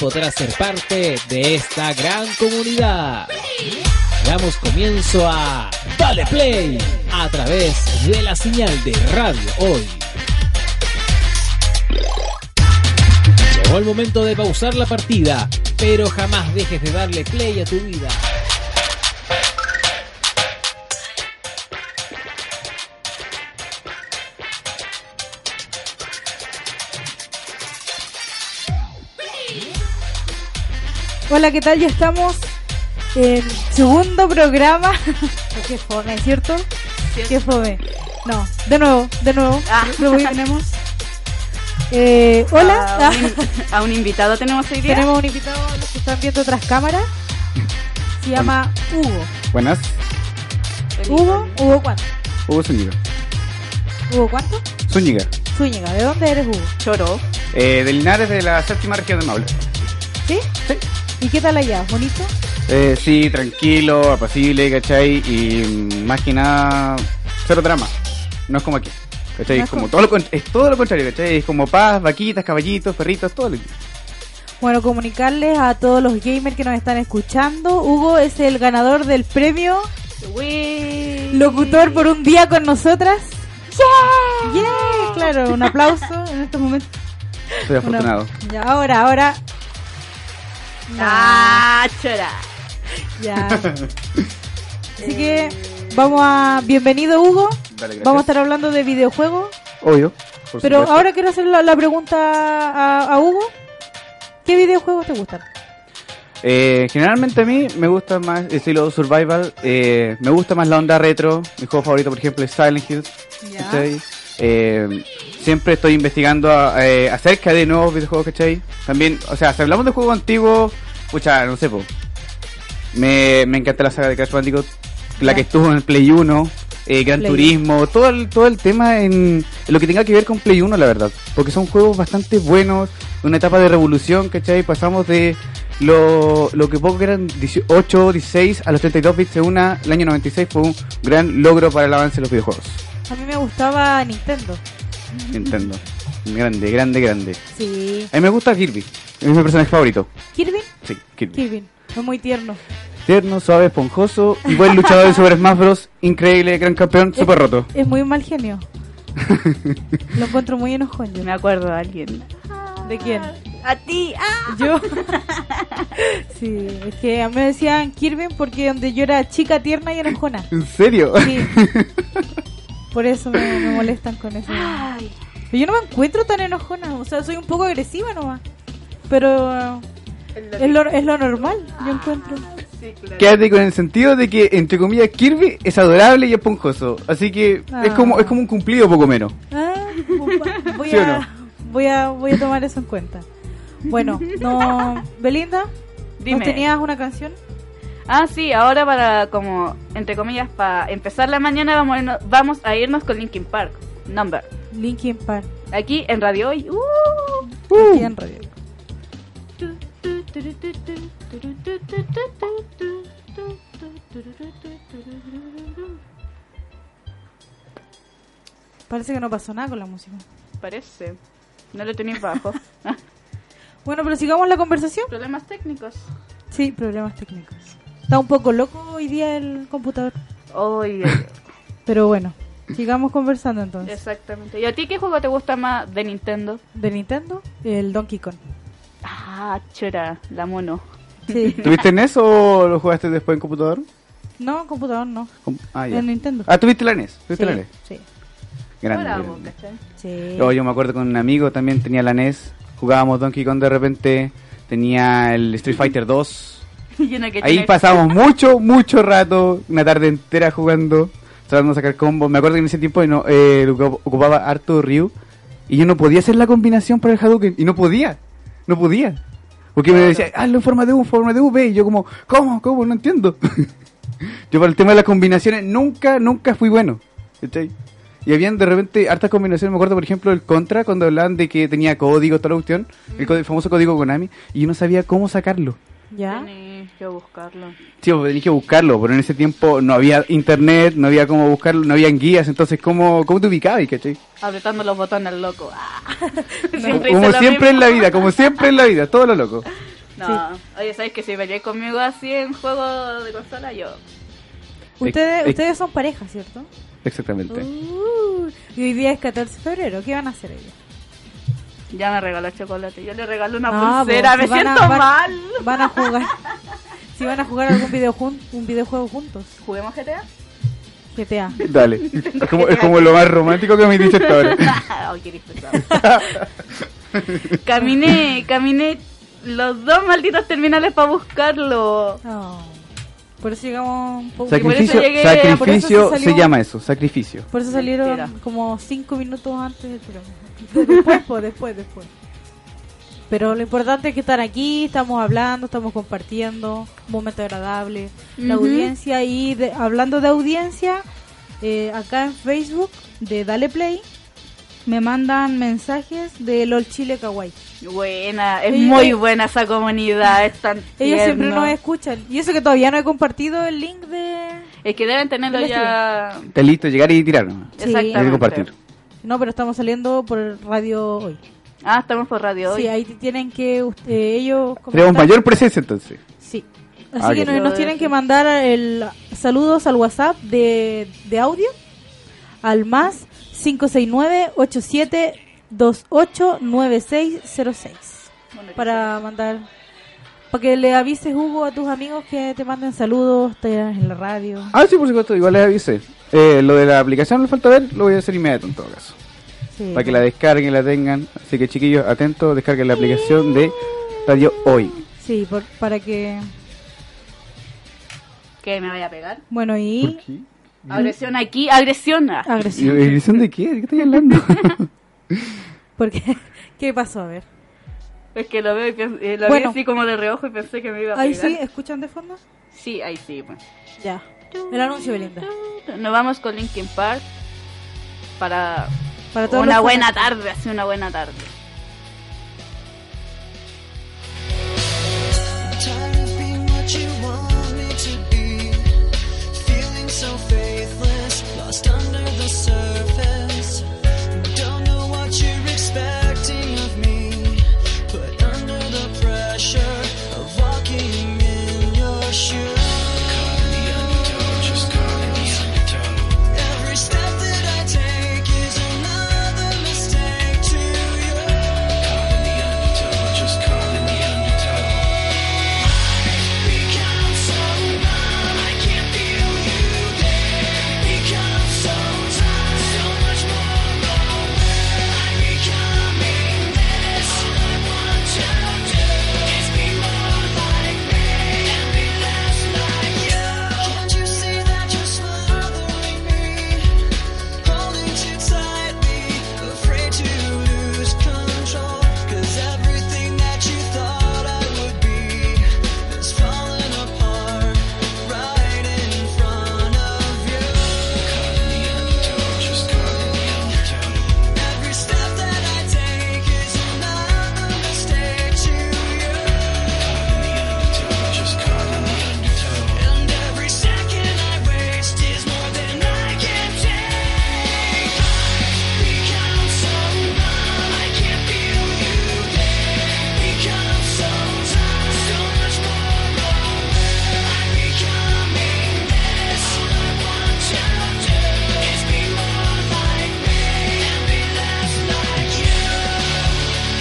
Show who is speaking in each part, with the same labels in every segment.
Speaker 1: podrá ser parte de esta gran comunidad. Damos comienzo a Dale Play a través de la señal de Radio Hoy. Llegó el momento de pausar la partida, pero jamás dejes de darle play a tu vida.
Speaker 2: Hola, ¿qué tal? Ya estamos en segundo programa. Qué fome, ¿cierto? Qué fome. No, de nuevo, de nuevo.
Speaker 3: Ah.
Speaker 2: Luego ya tenemos. Eh, hola.
Speaker 3: A
Speaker 2: Ah,
Speaker 3: un, a un invitado tenemos hoy día.
Speaker 2: tenemos un invitado, los que están viendo otras cámaras. Se llama Hugo.
Speaker 4: Buenas,
Speaker 2: Hugo, Hugo cuánto?
Speaker 4: Hugo Zúñiga.
Speaker 2: Hugo cuánto?
Speaker 4: Zúñiga,
Speaker 2: Zúñiga, ¿de dónde eres Hugo?
Speaker 3: Choro.
Speaker 4: eh, de Linares de la séptima región de Maule.
Speaker 2: ¿Sí?
Speaker 4: Sí.
Speaker 2: ¿Y qué tal allá? ¿Bonito?
Speaker 4: Eh, sí, tranquilo, apacible, ¿cachai? Y mm, más que nada, cero drama. No es como aquí. ¿Cachai?
Speaker 2: No
Speaker 4: es
Speaker 2: es
Speaker 4: como
Speaker 2: como-
Speaker 4: todo lo, con- es todo lo contrario, ¿cachai? Es como paz, vaquitas, caballitos, perritos, todo lo que...
Speaker 2: Bueno, comunicarles a todos los gamers que nos están escuchando. Hugo es el ganador del premio Locutor por un día con nosotras. ¡Yeah! Claro, un aplauso en estos momentos.
Speaker 4: Estoy
Speaker 2: Una-
Speaker 4: afortunado.
Speaker 2: Ya, ahora, ahora. No,
Speaker 3: Ah, chora.
Speaker 2: Ya. Así que vamos a. Bienvenido, Hugo.
Speaker 4: Dale, gracias.
Speaker 2: Vamos a estar hablando de videojuegos.
Speaker 4: Obvio. por
Speaker 2: Pero
Speaker 4: supuesto.
Speaker 2: ahora quiero hacer la, la pregunta a, a Hugo: ¿Qué videojuegos te gustan?
Speaker 4: Eh, generalmente a mí me gusta más el estilo survival, eh, me gusta más la onda retro, mi juego favorito por ejemplo es Silent Hill, ¿cachai? Eh, siempre estoy investigando a- eh, acerca de nuevos videojuegos, ¿cachai? También, o sea, si hablamos de juegos antiguos, pucha, no sé, po. Me, me encanta la saga de Crash Bandicoot, la
Speaker 2: Ya.
Speaker 4: que estuvo en el Play 1, eh, Gran
Speaker 2: Play
Speaker 4: Turismo, todo el, todo el tema en, en lo que tenga que ver con Play 1, la verdad. Porque son juegos bastante buenos, una etapa de revolución, ¿cachai? Pasamos de lo, lo que poco que eran 18, 16 a los 32 bits de una, el año 96 fue un gran logro para el avance de los videojuegos.
Speaker 2: A mí me gustaba Nintendo.
Speaker 4: Nintendo. Grande, grande, grande.
Speaker 2: Sí.
Speaker 4: A mí me gusta Kirby. Es mi personaje favorito.
Speaker 2: Kirby.
Speaker 4: Sí, Kirby.
Speaker 2: Kirby. Fue muy tierno.
Speaker 4: Tierno, suave, esponjoso y buen luchador de Super Smash Bros. Increíble, gran campeón, súper roto.
Speaker 2: Es muy mal genio. Lo encuentro muy enojón yo.
Speaker 3: Me acuerdo de alguien.
Speaker 2: ¿De quién?
Speaker 3: A ti. Ah.
Speaker 2: Yo. Sí, es que a mí me decían Kirby porque donde yo era chica tierna y enojona.
Speaker 4: ¿En serio?
Speaker 2: Sí. Por eso me, me molestan con eso.
Speaker 3: Ay.
Speaker 2: Pero yo no me encuentro tan enojona, o sea, soy un poco agresiva nomás. Pero es lo, es lo normal, yo encuentro.
Speaker 3: Sí, claro.
Speaker 4: Quédate con el sentido de que, entre comillas, Kirby es adorable y esponjoso. Así que es,
Speaker 2: Ah.
Speaker 4: como, es como un cumplido, poco menos.
Speaker 2: Ah, voy,
Speaker 4: ¿Sí o
Speaker 2: a, voy, a, voy a tomar eso en cuenta. Bueno, no, Belinda,
Speaker 3: Dime.
Speaker 2: ¿nos tenías una canción?
Speaker 3: Ah, sí, ahora para, como, entre comillas, para empezar la mañana, vamos a, irnos, vamos a irnos con Linkin Park. Number.
Speaker 2: Linkin Park,
Speaker 3: Aquí en Radio Hoy. Uh.
Speaker 4: Uh.
Speaker 2: aquí en radio. Parece que no pasó nada con la música.
Speaker 3: Parece. No lo tenéis bajo.
Speaker 2: Bueno, pero sigamos la conversación.
Speaker 3: Problemas técnicos.
Speaker 2: Sí, problemas técnicos. Está un poco loco hoy día el computador.
Speaker 3: Oye,
Speaker 2: Pero bueno, sigamos conversando entonces.
Speaker 3: exactamente. ¿Y a ti qué juego te gusta más de Nintendo?
Speaker 2: De Nintendo, el Donkey Kong.
Speaker 3: Ah, chora, la mono.
Speaker 2: Sí.
Speaker 4: ¿Tuviste en eso o lo jugaste después en computador?
Speaker 2: No, computador no.
Speaker 4: Com- Ah, ya.
Speaker 2: En Nintendo.
Speaker 4: Ah, ¿tuviste la NES?
Speaker 2: sí,
Speaker 4: ¿Tuviste la NES?
Speaker 2: sí.
Speaker 4: Grande.
Speaker 3: Ahora vamos,
Speaker 4: grande. Oh,
Speaker 3: ¿cachai?
Speaker 2: sí.
Speaker 4: Yo, yo me acuerdo con un amigo también tenía la NES, jugábamos Donkey Kong de repente, tenía el Street Fighter 2.
Speaker 3: Y uno que
Speaker 4: Ahí
Speaker 3: tiene-
Speaker 4: pasamos mucho, mucho rato, una tarde entera jugando, tratando de sacar combos. Me acuerdo que en ese tiempo no, eh, ocup- ocupaba harto Ryu y yo no podía hacer la combinación para el Hadouken y no podía, no podía. Porque me decía, hazlo en forma de U, en forma de V, y yo como, ¿cómo? ¿Cómo? No entiendo. yo para el tema de las combinaciones nunca, nunca fui bueno. ¿cachai? Y habían de repente hartas combinaciones, me acuerdo por ejemplo el Contra, cuando hablaban de que tenía código, toda la cuestión, el, co- el famoso código Konami, y yo no sabía cómo sacarlo.
Speaker 2: ¿Ya?
Speaker 3: Tenés que buscarlo.
Speaker 4: Sí, pues tenés que buscarlo, pero en ese tiempo no había internet, no había cómo buscarlo, no habían guías, entonces ¿cómo, cómo te ubicabas, cachai?
Speaker 3: Apretando los botones al loco. Ah.
Speaker 4: Como,
Speaker 3: hice
Speaker 4: como
Speaker 3: lo
Speaker 4: siempre en
Speaker 3: mismo.
Speaker 4: la vida, como siempre en la vida, todo lo loco.
Speaker 3: No, oye, ¿sabes que si peleáis conmigo así en juego de consola, yo.
Speaker 2: Ustedes,
Speaker 4: Ex-
Speaker 2: ustedes son pareja, ¿cierto?
Speaker 4: Exactamente.
Speaker 2: Uh, y hoy día es 14 de febrero. ¿Qué van a hacer ellos?
Speaker 3: Ya me regaló chocolate, yo le regalo una
Speaker 2: No,
Speaker 3: pulsera,
Speaker 2: pues,
Speaker 3: me
Speaker 2: si van a-
Speaker 3: siento
Speaker 2: van-
Speaker 3: mal.
Speaker 2: Van a jugar. si van a jugar algún video jun- un videojuego juntos.
Speaker 3: ¿Juguemos GTA?
Speaker 2: GTA.
Speaker 3: Uh.
Speaker 4: Dale. Es como, es como lo más romántico que me he dicho hasta ahora.
Speaker 3: Ay, qué disfrutable. caminé, caminé los dos malditos terminales para buscarlo.
Speaker 2: Oh. Por eso llegamos un poco.
Speaker 3: por
Speaker 4: Sacrificio,
Speaker 3: eso llegué-
Speaker 2: por eso se
Speaker 4: sacrificio
Speaker 2: salió-
Speaker 4: se llama eso, sacrificio.
Speaker 2: Por eso salieron
Speaker 3: Mentira.
Speaker 2: como cinco minutos antes del programa. Después, po, después, después. Pero lo importante es que están aquí, estamos hablando, estamos compartiendo, un momento agradable, la
Speaker 3: Ujú.
Speaker 2: audiencia y de- hablando de audiencia, eh, acá en Facebook de Dale Play me mandan mensajes de LOL Chile Kawaii.
Speaker 3: Buena, es
Speaker 2: Ellos-
Speaker 3: muy buena esa comunidad, es tan
Speaker 2: Ellos siempre
Speaker 3: tierno.
Speaker 2: nos escuchan y eso que todavía no he compartido el link de...
Speaker 3: Es que deben tenerlo
Speaker 2: Ellos
Speaker 3: ya...
Speaker 4: Está listo, llegar y tirar nomás.
Speaker 2: Sí.
Speaker 4: Hay que
Speaker 3: Exactamente.
Speaker 4: compartir.
Speaker 2: No, pero estamos saliendo por radio hoy.
Speaker 3: Ah, estamos por radio hoy.
Speaker 2: Sí, ahí tienen que usted- ellos...
Speaker 4: Tenemos
Speaker 2: comentar-
Speaker 4: mayor presencia entonces.
Speaker 2: Sí.
Speaker 4: Ah,
Speaker 2: Así que
Speaker 4: qué
Speaker 2: nos,
Speaker 3: bien.
Speaker 2: nos tienen que mandar el saludos al WhatsApp de, de audio al más 569-8728-9606
Speaker 3: Bueno,
Speaker 2: para mandar para que le avises Hugo a tus amigos que te manden saludos, te en la radio.
Speaker 4: Ah, sí, por supuesto, igual les avisé. Eh, lo de la aplicación, lo falta ver, lo voy a hacer inmediato en todo caso.
Speaker 2: Sí.
Speaker 4: Para que la descarguen y la tengan. Así que chiquillos, atentos, descarguen la aplicación de Radio Hoy.
Speaker 2: Sí, por- para que
Speaker 3: ¿Qué me vaya a pegar?
Speaker 2: bueno, y
Speaker 3: Agresión aquí, agresión. ah.
Speaker 4: ¿Y
Speaker 2: agresión.
Speaker 4: edición de qué? ¿De qué estoy hablando?
Speaker 2: Porque qué pasó, a ver.
Speaker 3: Es que lo veo y pienso- eh, lo
Speaker 2: Bueno.
Speaker 3: vi así como de reojo y pensé que me iba a pegar.
Speaker 2: Ahí sí, escuchan de fondo?
Speaker 3: Sí, ahí sí. pues.
Speaker 2: Ya. El anuncio Belinda.
Speaker 3: Nos vamos con Linkin Park para
Speaker 2: Para todos
Speaker 3: una
Speaker 2: los-
Speaker 3: buena tarde, así una buena tarde.
Speaker 5: Tired of being what you want me to be, feeling so faithless, lost under the surface. Don't know what you're expecting of me, but under the pressure of walking in your shoes. Every step that I take is another mistake to you. Become so numb, I can't feel you there. Become so tired, so much more aware. I'm becoming this. All I want to do is be more like me and be less like you. Can't you see that you're smothering me? Holding too tightly, afraid to lose control. Cause everything that you thought I would be is falling apart right in front of you. Every step that I take is another mistake to you. And every second I waste is more than I can take. Become so numb, I can't feel you there. Become so tired, so much more aware. I'm becoming this. All I want to do is be more like me and be less like you.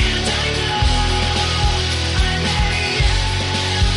Speaker 5: And I know I may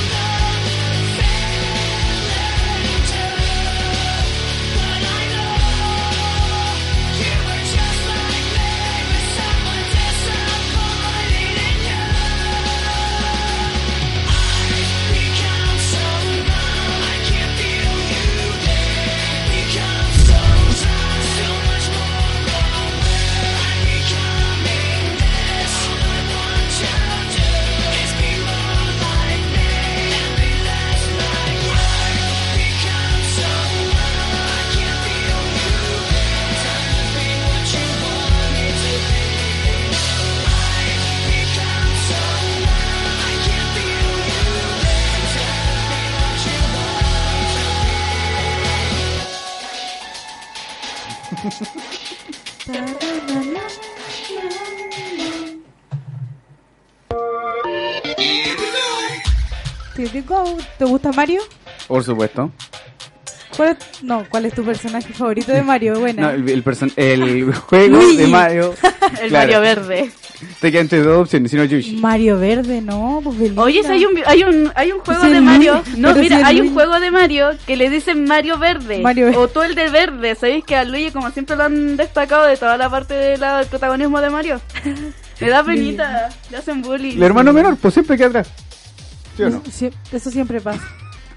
Speaker 2: Te digo, ¿Te gusta Mario?
Speaker 4: Por supuesto.
Speaker 2: ¿Cuál es- no, ¿cuál es tu personaje favorito de Mario?
Speaker 4: No,
Speaker 2: Bueno,
Speaker 4: el, el person- el juego de
Speaker 2: Luigi.
Speaker 4: Mario.
Speaker 3: El
Speaker 4: claro,
Speaker 3: Mario Verde.
Speaker 4: Te quedan entre dos opciones, sino Yoshi.
Speaker 2: Mario Verde, no. Pues Belinda.
Speaker 3: Oye, si hay un, vi- hay un, hay un juego
Speaker 2: Ese
Speaker 3: de
Speaker 2: es
Speaker 3: Mario.
Speaker 2: Luis,
Speaker 3: No,
Speaker 2: pero
Speaker 3: mira,
Speaker 2: ese es
Speaker 3: hay un
Speaker 2: Luis.
Speaker 3: juego de Mario que le dicen Mario Verde.
Speaker 2: Mario Verde.
Speaker 3: O tú el de verde. Sabéis que a Luigi, como siempre, lo han destacado de toda la parte de la- del protagonismo de Mario. Me da penita. Le hacen bullying.
Speaker 4: El hermano menor, pues siempre queda atrás. ¿Sí o no?
Speaker 2: Sí, Eso siempre pasa.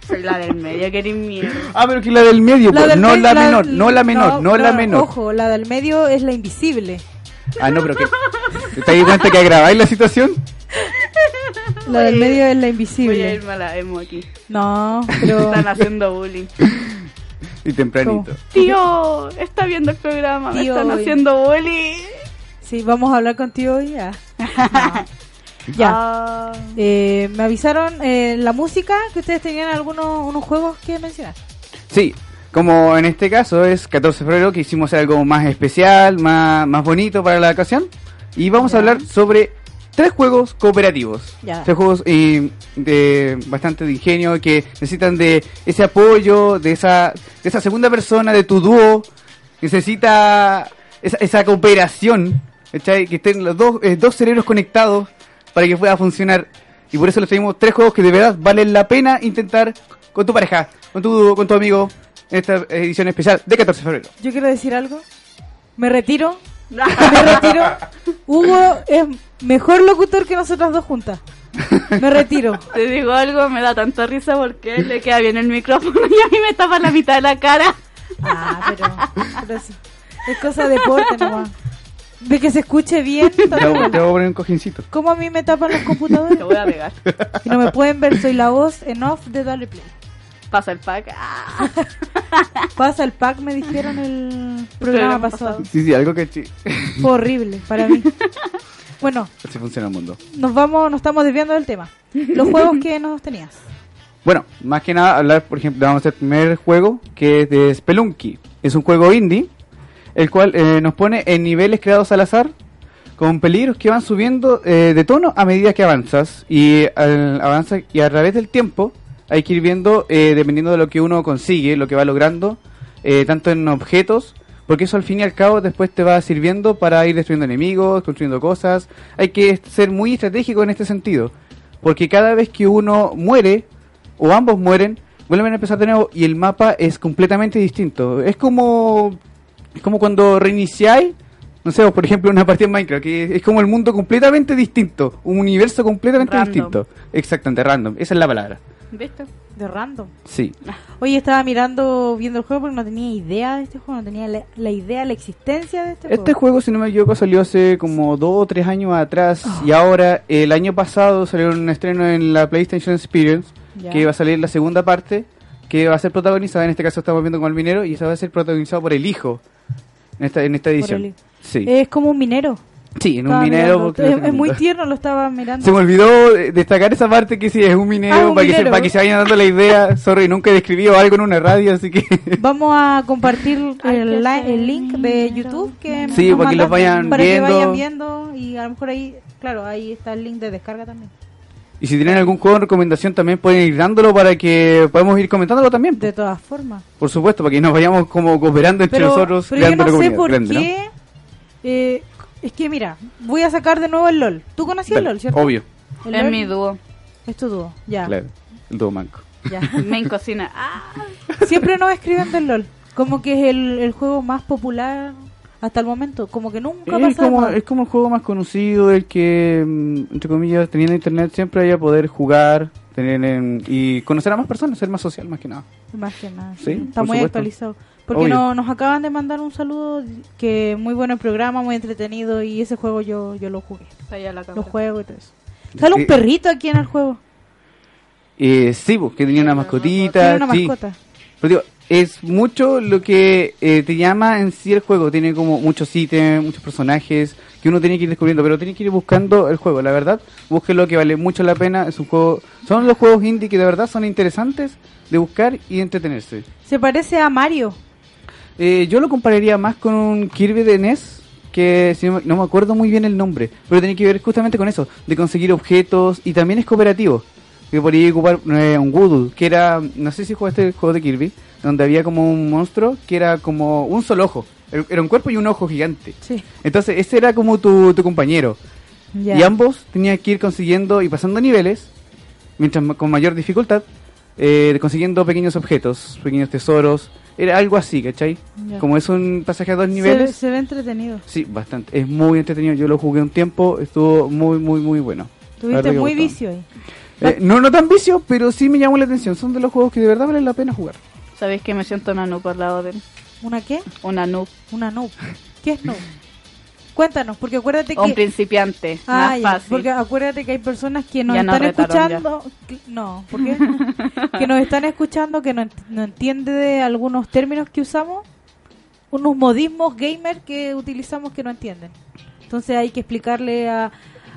Speaker 3: Soy la del medio, que eres mierda.
Speaker 4: Ah, pero que la del medio,
Speaker 2: La
Speaker 4: pues,
Speaker 2: del
Speaker 4: no
Speaker 2: me-
Speaker 4: la, menor, no la menor, no, la menor.
Speaker 2: Ojo, la del medio es la invisible.
Speaker 4: Ah, no, pero que. ¿Te das cuenta que agraváis la situación?
Speaker 2: La del medio es Oh. la
Speaker 3: Voy a
Speaker 2: invisible.
Speaker 3: irme a la emo aquí.
Speaker 2: No, pero
Speaker 3: Están haciendo bullying.
Speaker 4: Y tempranito.
Speaker 3: Tío, está viendo el programa.
Speaker 2: Tío,
Speaker 3: me están
Speaker 2: oye.
Speaker 3: haciendo bullying.
Speaker 2: sí, vamos a hablar contigo hoy. Ya. No. Ya.
Speaker 3: Ah.
Speaker 2: Eh, me avisaron eh, la música que ustedes tenían algunos unos juegos que mencionar.
Speaker 4: Sí, como en este caso es 14 de febrero, que hicimos hacer algo más especial, más, más bonito para la ocasión. Y vamos a hablar sobre tres juegos cooperativos.
Speaker 2: Ya.
Speaker 4: Tres juegos eh, de bastante de ingenio que necesitan de ese apoyo, de esa, de esa segunda persona, de tu dúo. Necesita esa, esa cooperación, ¿cachai? que estén los dos, eh, dos cerebros conectados para que pueda funcionar. Y por eso les traímos tres juegos que de verdad valen la pena intentar con tu pareja, con tu dúo, con tu amigo, en esta edición especial de 14 de febrero.
Speaker 2: Yo quiero decir algo. Me retiro. Me retiro. Hugo es mejor locutor que nosotras dos juntas. Me retiro.
Speaker 3: Te digo algo, me da tanta risa porque a él le queda bien el micrófono y a mí me tapa la mitad de la cara.
Speaker 2: Ah, pero, pero sí. Es cosa de deporte nomás. De que se escuche bien.
Speaker 4: Te
Speaker 2: todo.
Speaker 4: voy te voy a poner un cojincito.
Speaker 2: ¿Cómo a mí me tapan los
Speaker 3: Te voy
Speaker 2: computadores?
Speaker 3: a pegar.
Speaker 2: Y no me pueden ver, soy la voz en off de Dale Play.
Speaker 3: Pasa el pack. Ah,
Speaker 2: Pasa el pack, me dijeron el
Speaker 3: Programa
Speaker 2: programa
Speaker 3: pasado.
Speaker 2: pasado.
Speaker 4: Sí, sí, algo que chi-
Speaker 2: Fue horrible para mí. Bueno,
Speaker 4: así funciona el mundo.
Speaker 2: nos vamos, nos estamos desviando del tema. Los juegos que nos tenías.
Speaker 4: Bueno, más que nada hablar, por ejemplo, vamos al primer juego que es de Spelunky. Es un juego indie, el cual eh, nos pone en niveles creados al azar, con peligros que van subiendo eh, de tono a medida que avanzas. Y al- avanza y a través del tiempo hay que ir viendo, eh, dependiendo de lo que uno consigue, lo que va logrando, eh, tanto en objetos, porque eso al fin y al cabo después te va sirviendo para ir destruyendo enemigos, construyendo cosas. Hay que ser muy estratégico en este sentido, porque cada vez que uno muere, o ambos mueren, vuelven a empezar de nuevo y el mapa es completamente distinto. Es como es como cuando reiniciáis, no sé, o por ejemplo una partida en Minecraft, que es como el mundo completamente distinto, un universo completamente
Speaker 3: Random.
Speaker 4: distinto. Exactamente, random, esa es la palabra.
Speaker 3: ¿Viste?
Speaker 2: De random.
Speaker 4: Sí.
Speaker 2: Oye, estaba mirando, viendo el juego porque no tenía idea de este juego, no tenía la, la idea, la existencia de este,
Speaker 4: Este
Speaker 2: juego.
Speaker 4: juego, si no me equivoco, salió hace como dos o tres años atrás y
Speaker 2: Ah.
Speaker 4: ahora, el año pasado, salió un estreno en la PlayStation Experience,
Speaker 2: Ya.
Speaker 4: que va a salir la segunda parte, que va a ser protagonizada, en este caso estamos viendo con el minero, y esa va a ser protagonizada por el hijo en esta, en esta
Speaker 2: el
Speaker 4: edición.
Speaker 2: hijo.
Speaker 4: sí.
Speaker 2: Es como un minero.
Speaker 4: Sí, en un
Speaker 2: Estaba
Speaker 4: minero.
Speaker 2: mirando.
Speaker 4: porque no
Speaker 2: es,
Speaker 4: tengo
Speaker 2: es muy
Speaker 4: punto.
Speaker 2: tierno, lo estaba mirando.
Speaker 4: Se me olvidó eh, destacar esa parte que sí, es un minero,
Speaker 2: Ah, un
Speaker 4: para, Que se,
Speaker 2: minero.
Speaker 4: para que se vayan dando la idea. Sorry, nunca he describido algo en una radio, así que...
Speaker 2: Vamos a compartir
Speaker 3: Hay que
Speaker 2: el, li-
Speaker 3: ser
Speaker 2: el link de YouTube que
Speaker 4: Sí,
Speaker 2: nos
Speaker 4: para que
Speaker 2: mandaste,
Speaker 4: los vayan
Speaker 2: para que
Speaker 4: viendo.
Speaker 2: vayan viendo y a lo mejor ahí, claro, ahí está el link de descarga también.
Speaker 4: y si tienen algún juego en recomendación también pueden ir dándolo para que podamos ir comentándolo también. pues.
Speaker 2: De todas formas.
Speaker 4: Por supuesto, para que nos vayamos como cooperando entre
Speaker 2: Pero,
Speaker 4: nosotros.
Speaker 2: pero yo
Speaker 4: creando
Speaker 2: no
Speaker 4: una
Speaker 2: sé
Speaker 4: comunidad
Speaker 2: por
Speaker 4: grande, ¿no?
Speaker 2: qué. eh, es que mira, voy a sacar de nuevo el LOL. ¿Tú conocías el
Speaker 4: Dale,
Speaker 2: LOL, cierto?
Speaker 4: Obvio,
Speaker 2: El
Speaker 3: Es
Speaker 2: LOL
Speaker 3: mi dúo.
Speaker 2: Es tu dúo, ya.
Speaker 4: claro. El dúo manco.
Speaker 2: ya.
Speaker 3: Main cocina. Ah,
Speaker 2: Siempre nos escriben del LOL. Como que es el, el juego más popular hasta el momento. Como que nunca ha
Speaker 4: Es
Speaker 2: pasado.
Speaker 4: como, es como el juego más conocido, el que, mm, entre comillas, teniendo internet siempre vaya a poder jugar tener em, y conocer a más personas, ser más social más que nada.
Speaker 2: Más que nada.
Speaker 4: Sí,
Speaker 2: Está
Speaker 4: por
Speaker 2: muy
Speaker 4: supuesto.
Speaker 2: actualizado. Porque
Speaker 4: Obvio.
Speaker 2: no, nos acaban de mandar un saludo que muy bueno el programa, muy entretenido y ese juego yo, yo lo jugué.
Speaker 3: está allá la
Speaker 2: Lo
Speaker 3: cámara.
Speaker 2: juego y todo eso. Sale
Speaker 4: Eh,
Speaker 2: un perrito aquí en el juego.
Speaker 4: Eh, sí, pues, que tenía una
Speaker 2: Tiene
Speaker 4: mascotita.
Speaker 2: una
Speaker 4: sí.
Speaker 2: mascota.
Speaker 4: Pero Pues digo, es mucho lo que eh, te llama en sí el juego. Tiene como muchos ítems, muchos personajes que uno tiene que ir descubriendo, pero tiene que ir buscando el juego. La verdad, busque lo que vale mucho la pena. Es un juego, son los juegos indie que de verdad son interesantes de buscar y entretenerse.
Speaker 2: Se parece a Mario.
Speaker 4: Eh, yo lo compararía más con un Kirby de NES, que si no, me- no me acuerdo muy bien el nombre, pero tiene que ver justamente con eso, de conseguir objetos y también es cooperativo. que podía ocupar eh, un Voodoo, que era, no sé si jugaste el juego de Kirby, donde había como un monstruo que era como un solo ojo, era era un cuerpo y un ojo gigante.
Speaker 2: Sí.
Speaker 4: Entonces, ese era como tu, tu compañero.
Speaker 2: Ya.
Speaker 4: Y ambos tenían que ir consiguiendo y pasando niveles, mientras ma- con mayor dificultad, eh, consiguiendo pequeños objetos, pequeños tesoros. Era algo así, ¿cachai?
Speaker 2: Ya.
Speaker 4: Como es un pasaje a dos
Speaker 2: Se-
Speaker 4: niveles.
Speaker 2: Se, ve entretenido.
Speaker 4: Sí, bastante. Es muy entretenido. Yo lo jugué un tiempo. Estuvo muy, muy, muy bueno. La verdad
Speaker 2: Tuviste
Speaker 4: que
Speaker 2: muy
Speaker 4: me gustó.
Speaker 2: vicio ahí. Ah.
Speaker 4: Eh, no, no tan vicio, pero sí me llamó la atención. Son de los juegos que de verdad valen la pena jugar.
Speaker 3: Sabéis que me siento una noob al lado de él.
Speaker 2: ¿Una qué?
Speaker 3: Una noob.
Speaker 2: Una noob. ¿Qué es noob? Cuéntanos, porque acuérdate
Speaker 3: Un
Speaker 2: que...
Speaker 3: principiante.
Speaker 2: Ah,
Speaker 3: más
Speaker 2: ya,
Speaker 3: fácil.
Speaker 2: porque acuérdate que hay personas que nos
Speaker 3: Ya nos
Speaker 2: están
Speaker 3: retaron,
Speaker 2: escuchando... que- No, ¿por qué? que nos están escuchando, que no, ent- no entiende de algunos términos que usamos, unos modismos gamer que utilizamos que no entienden. Entonces hay que explicarle a,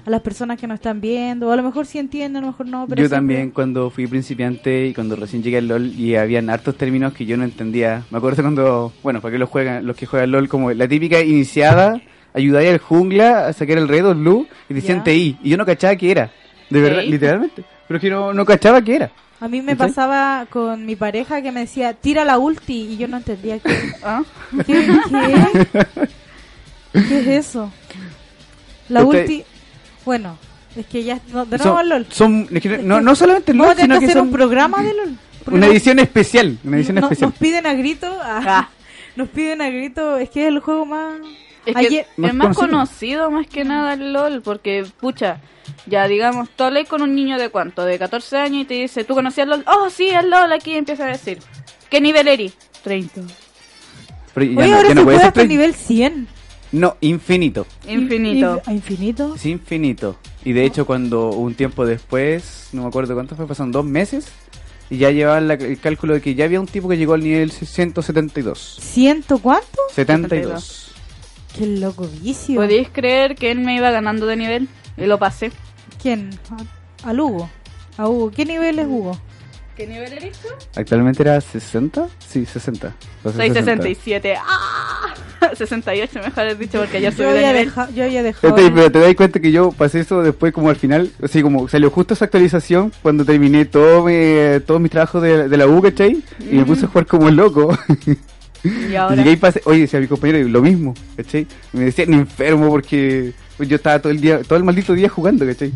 Speaker 2: a las personas que nos están viendo, a lo mejor sí entienden, a lo mejor no, pero
Speaker 4: Yo
Speaker 2: siempre-
Speaker 4: también cuando fui principiante y cuando recién llegué al LOL y habían hartos términos que yo no entendía. Me acuerdo cuando, bueno, para que los juegan, los que juegan LOL como la típica iniciada, ayudáis al jungla a sacar el red o el blue y decían
Speaker 2: Ya.
Speaker 4: TI y yo no cachaba qué era. De verdad,
Speaker 3: Ok.
Speaker 4: literalmente. Pero es que no, no cachaba qué era.
Speaker 2: A mí me
Speaker 4: ¿Cachai?
Speaker 2: pasaba con mi pareja que me decía, tira la ulti, y yo no entendía qué,
Speaker 3: ¿Ah?
Speaker 2: qué, qué, qué es eso. La
Speaker 4: Usted-
Speaker 2: ulti, bueno, es que ya, no, de nuevo
Speaker 4: Este Son-
Speaker 2: al LOL.
Speaker 4: son- es que no, no solamente el
Speaker 2: Vamos
Speaker 4: LOL,
Speaker 2: a tener
Speaker 4: sino
Speaker 2: que
Speaker 4: que
Speaker 2: hacer
Speaker 4: son
Speaker 2: un programa de LOL. porque
Speaker 4: una
Speaker 2: no-
Speaker 4: edición especial. Una edición
Speaker 2: no-
Speaker 4: especial.
Speaker 2: Nos piden a grito, ah,
Speaker 3: Ah.
Speaker 2: nos piden a grito, es que es el juego más...
Speaker 3: Es, que
Speaker 2: Ayer,
Speaker 4: Más
Speaker 3: es más
Speaker 4: conocido.
Speaker 3: conocido más que nada el LOL, porque, pucha, ya digamos, tú hablas con un niño de cuánto, de 14 años y te dice, ¿tú conocías LOL? Oh, sí, el LOL, aquí empieza a decir. ¿Qué nivel eres? 30.
Speaker 4: Pero ya
Speaker 2: Oye,
Speaker 4: no-
Speaker 2: ahora
Speaker 4: ya
Speaker 2: se
Speaker 4: no puede
Speaker 2: puede
Speaker 4: ser
Speaker 2: hasta el
Speaker 4: treinta.
Speaker 2: nivel 100.
Speaker 4: No, infinito.
Speaker 3: Infinito.
Speaker 2: ¿A infinito?
Speaker 4: Es infinito. Y de hecho, cuando un tiempo después, no me acuerdo cuánto fue, pasaron dos meses, y ya llevaban la- el cálculo de que ya había un tipo que llegó al nivel 172.
Speaker 2: ¿Ciento cuánto?
Speaker 4: 72.
Speaker 2: Qué loco vicio.
Speaker 3: ¿Podéis creer que él me iba ganando de nivel? Y lo pasé.
Speaker 2: ¿Quién? A- Al Hugo. A Hugo. ¿Qué nivel es Hugo?
Speaker 3: ¿Qué nivel eres tú?
Speaker 4: ¿Actualmente era 60? Sí, 60. Va a ser
Speaker 3: Soy
Speaker 4: 60.
Speaker 3: 67. ¡Ah! 68, mejor he dicho, porque ayer subí
Speaker 2: Yo
Speaker 3: de
Speaker 2: había,
Speaker 3: nivel.
Speaker 2: deja- yo había dejado.
Speaker 4: Espérate, Este, pero te das cuenta que yo pasé eso después como al final, así como salió justo esa actualización cuando terminé todo mi, eh, todo mi trabajo de, de la U, ¿cachai? Y me puse a jugar como loco.
Speaker 3: Y
Speaker 4: Y
Speaker 3: ahora.
Speaker 4: Llegué y pasé, oye, decía mi compañero, lo mismo, ¿cachai? Y Me decían enfermo porque pues, yo estaba todo el día, todo el maldito día jugando, ¿cachai?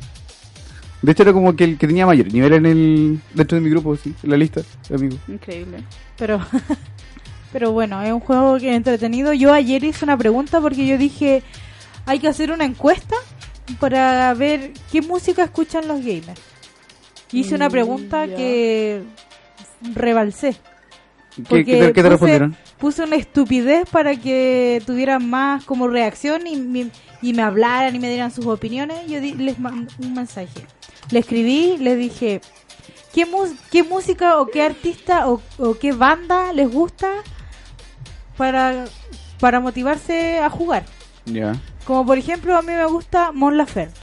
Speaker 4: De hecho era como que el que tenía mayor nivel en el, dentro de mi grupo, sí, en la lista, amigo.
Speaker 3: Increíble.
Speaker 2: Pero, pero bueno, es un juego que es entretenido. Yo ayer hice una pregunta porque yo dije, hay que hacer una encuesta para ver qué música escuchan los gamers. Hice una
Speaker 3: Mm,
Speaker 2: pregunta
Speaker 3: ya.
Speaker 2: que rebalsé.
Speaker 4: ¿Qué, qué,
Speaker 2: Porque
Speaker 4: te- qué te
Speaker 2: puse-
Speaker 4: respondieron?
Speaker 2: Puse una estupidez para que tuvieran más como reacción y, me- y me hablaran y me dieran sus opiniones. Yo di- les mandé un mensaje. Le escribí, les dije, ¿qué, mus- qué música o qué artista o, o qué banda les gusta para, para motivarse a jugar?
Speaker 4: Ya,
Speaker 2: Como por ejemplo, a mí me gusta Mon Laferte.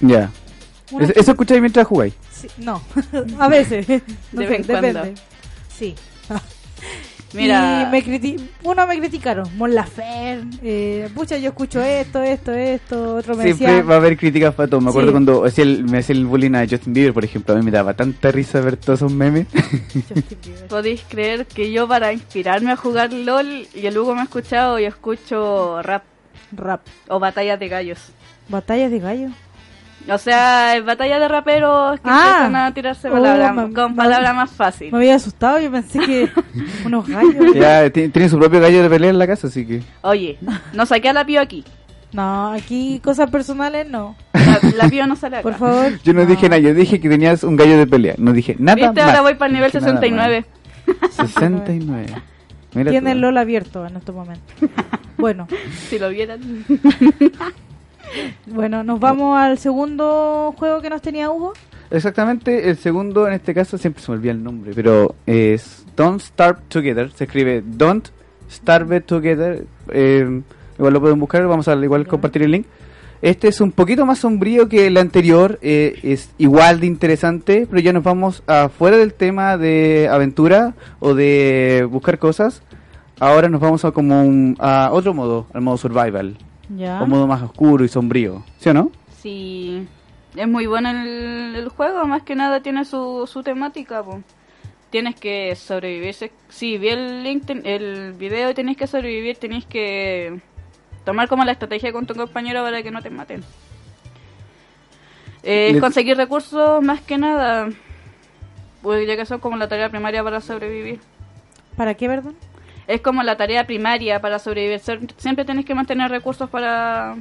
Speaker 4: ya.
Speaker 2: Una-
Speaker 4: Es- Eso escucháis mientras jugáis.
Speaker 2: sí, no, a veces. No
Speaker 3: De
Speaker 2: sé,
Speaker 3: vez en cuando.
Speaker 2: depende. Sí.
Speaker 3: Mira.
Speaker 2: Y me criti uno me criticaron, Mon Lafer, eh, pucha, yo escucho esto, esto, esto, otro me
Speaker 4: Siempre
Speaker 2: decía,
Speaker 4: va a haber críticas para todo. Me acuerdo
Speaker 2: Sí.
Speaker 4: cuando hacía el- me hacía el bullying a Justin Bieber, por ejemplo, a mí me daba tanta risa ver todos esos memes.
Speaker 2: Justin Bieber.
Speaker 3: ¿Podéis creer que yo para inspirarme a jugar LOL y el Hugo me ha escuchado y escucho rap
Speaker 2: rap,
Speaker 3: o batallas de gallos?
Speaker 2: batallas de gallo.
Speaker 3: O sea, es batalla de raperos que
Speaker 2: Ah.
Speaker 3: empiezan a tirarse
Speaker 2: Oh,
Speaker 3: palabras
Speaker 2: mam-
Speaker 3: con
Speaker 2: mam-
Speaker 3: palabras más fácil.
Speaker 2: Me había asustado, yo pensé que unos gallos.
Speaker 4: ya, ti- tiene su propio gallo de pelea en la casa, así que...
Speaker 3: Oye, no saqué a la pío aquí.
Speaker 2: No, aquí cosas personales no.
Speaker 3: La, la pío no sale acá.
Speaker 2: Por favor.
Speaker 4: Yo no dije nada, yo dije que tenías un gallo de pelea. No dije nada
Speaker 3: Viste,
Speaker 4: más.
Speaker 3: ahora voy para el nivel
Speaker 4: Dije nada
Speaker 3: 69.
Speaker 4: más. 69. Mira
Speaker 2: Tiene
Speaker 4: tú.
Speaker 2: el LOL abierto en este momento. Bueno,
Speaker 3: Si lo vieran.
Speaker 2: bueno, nos vamos al segundo juego que nos tenía Hugo.
Speaker 4: ¿eh? Exactamente, el segundo en este caso siempre se me olvida el nombre, pero es Don't Starve Together. Se escribe Don't Starve Together. eh, igual lo pueden buscar, vamos a igual compartir el link. Este es un poquito más sombrío que el anterior, eh, es igual de interesante, pero ya nos vamos afuera del tema de aventura o de buscar cosas. Ahora nos vamos a como un- a otro modo, al modo survival,
Speaker 2: Ya.
Speaker 4: un modo más oscuro y sombrío, ¿sí o no?
Speaker 3: Sí. Es muy bueno el, el juego, más que nada tiene su, su temática, po. Tienes que sobrevivir. Si sí, vi el, link, ten- el video, tenés que sobrevivir, tenés que tomar como la estrategia con tu compañero para que no te maten. Eh,
Speaker 4: Le-
Speaker 3: Conseguir recursos, más que nada, pues ya que son como la tarea primaria para sobrevivir.
Speaker 2: ¿Para qué, perdón?
Speaker 3: Es como la tarea primaria para sobrevivir. Ser- Siempre tenés que mantener recursos para,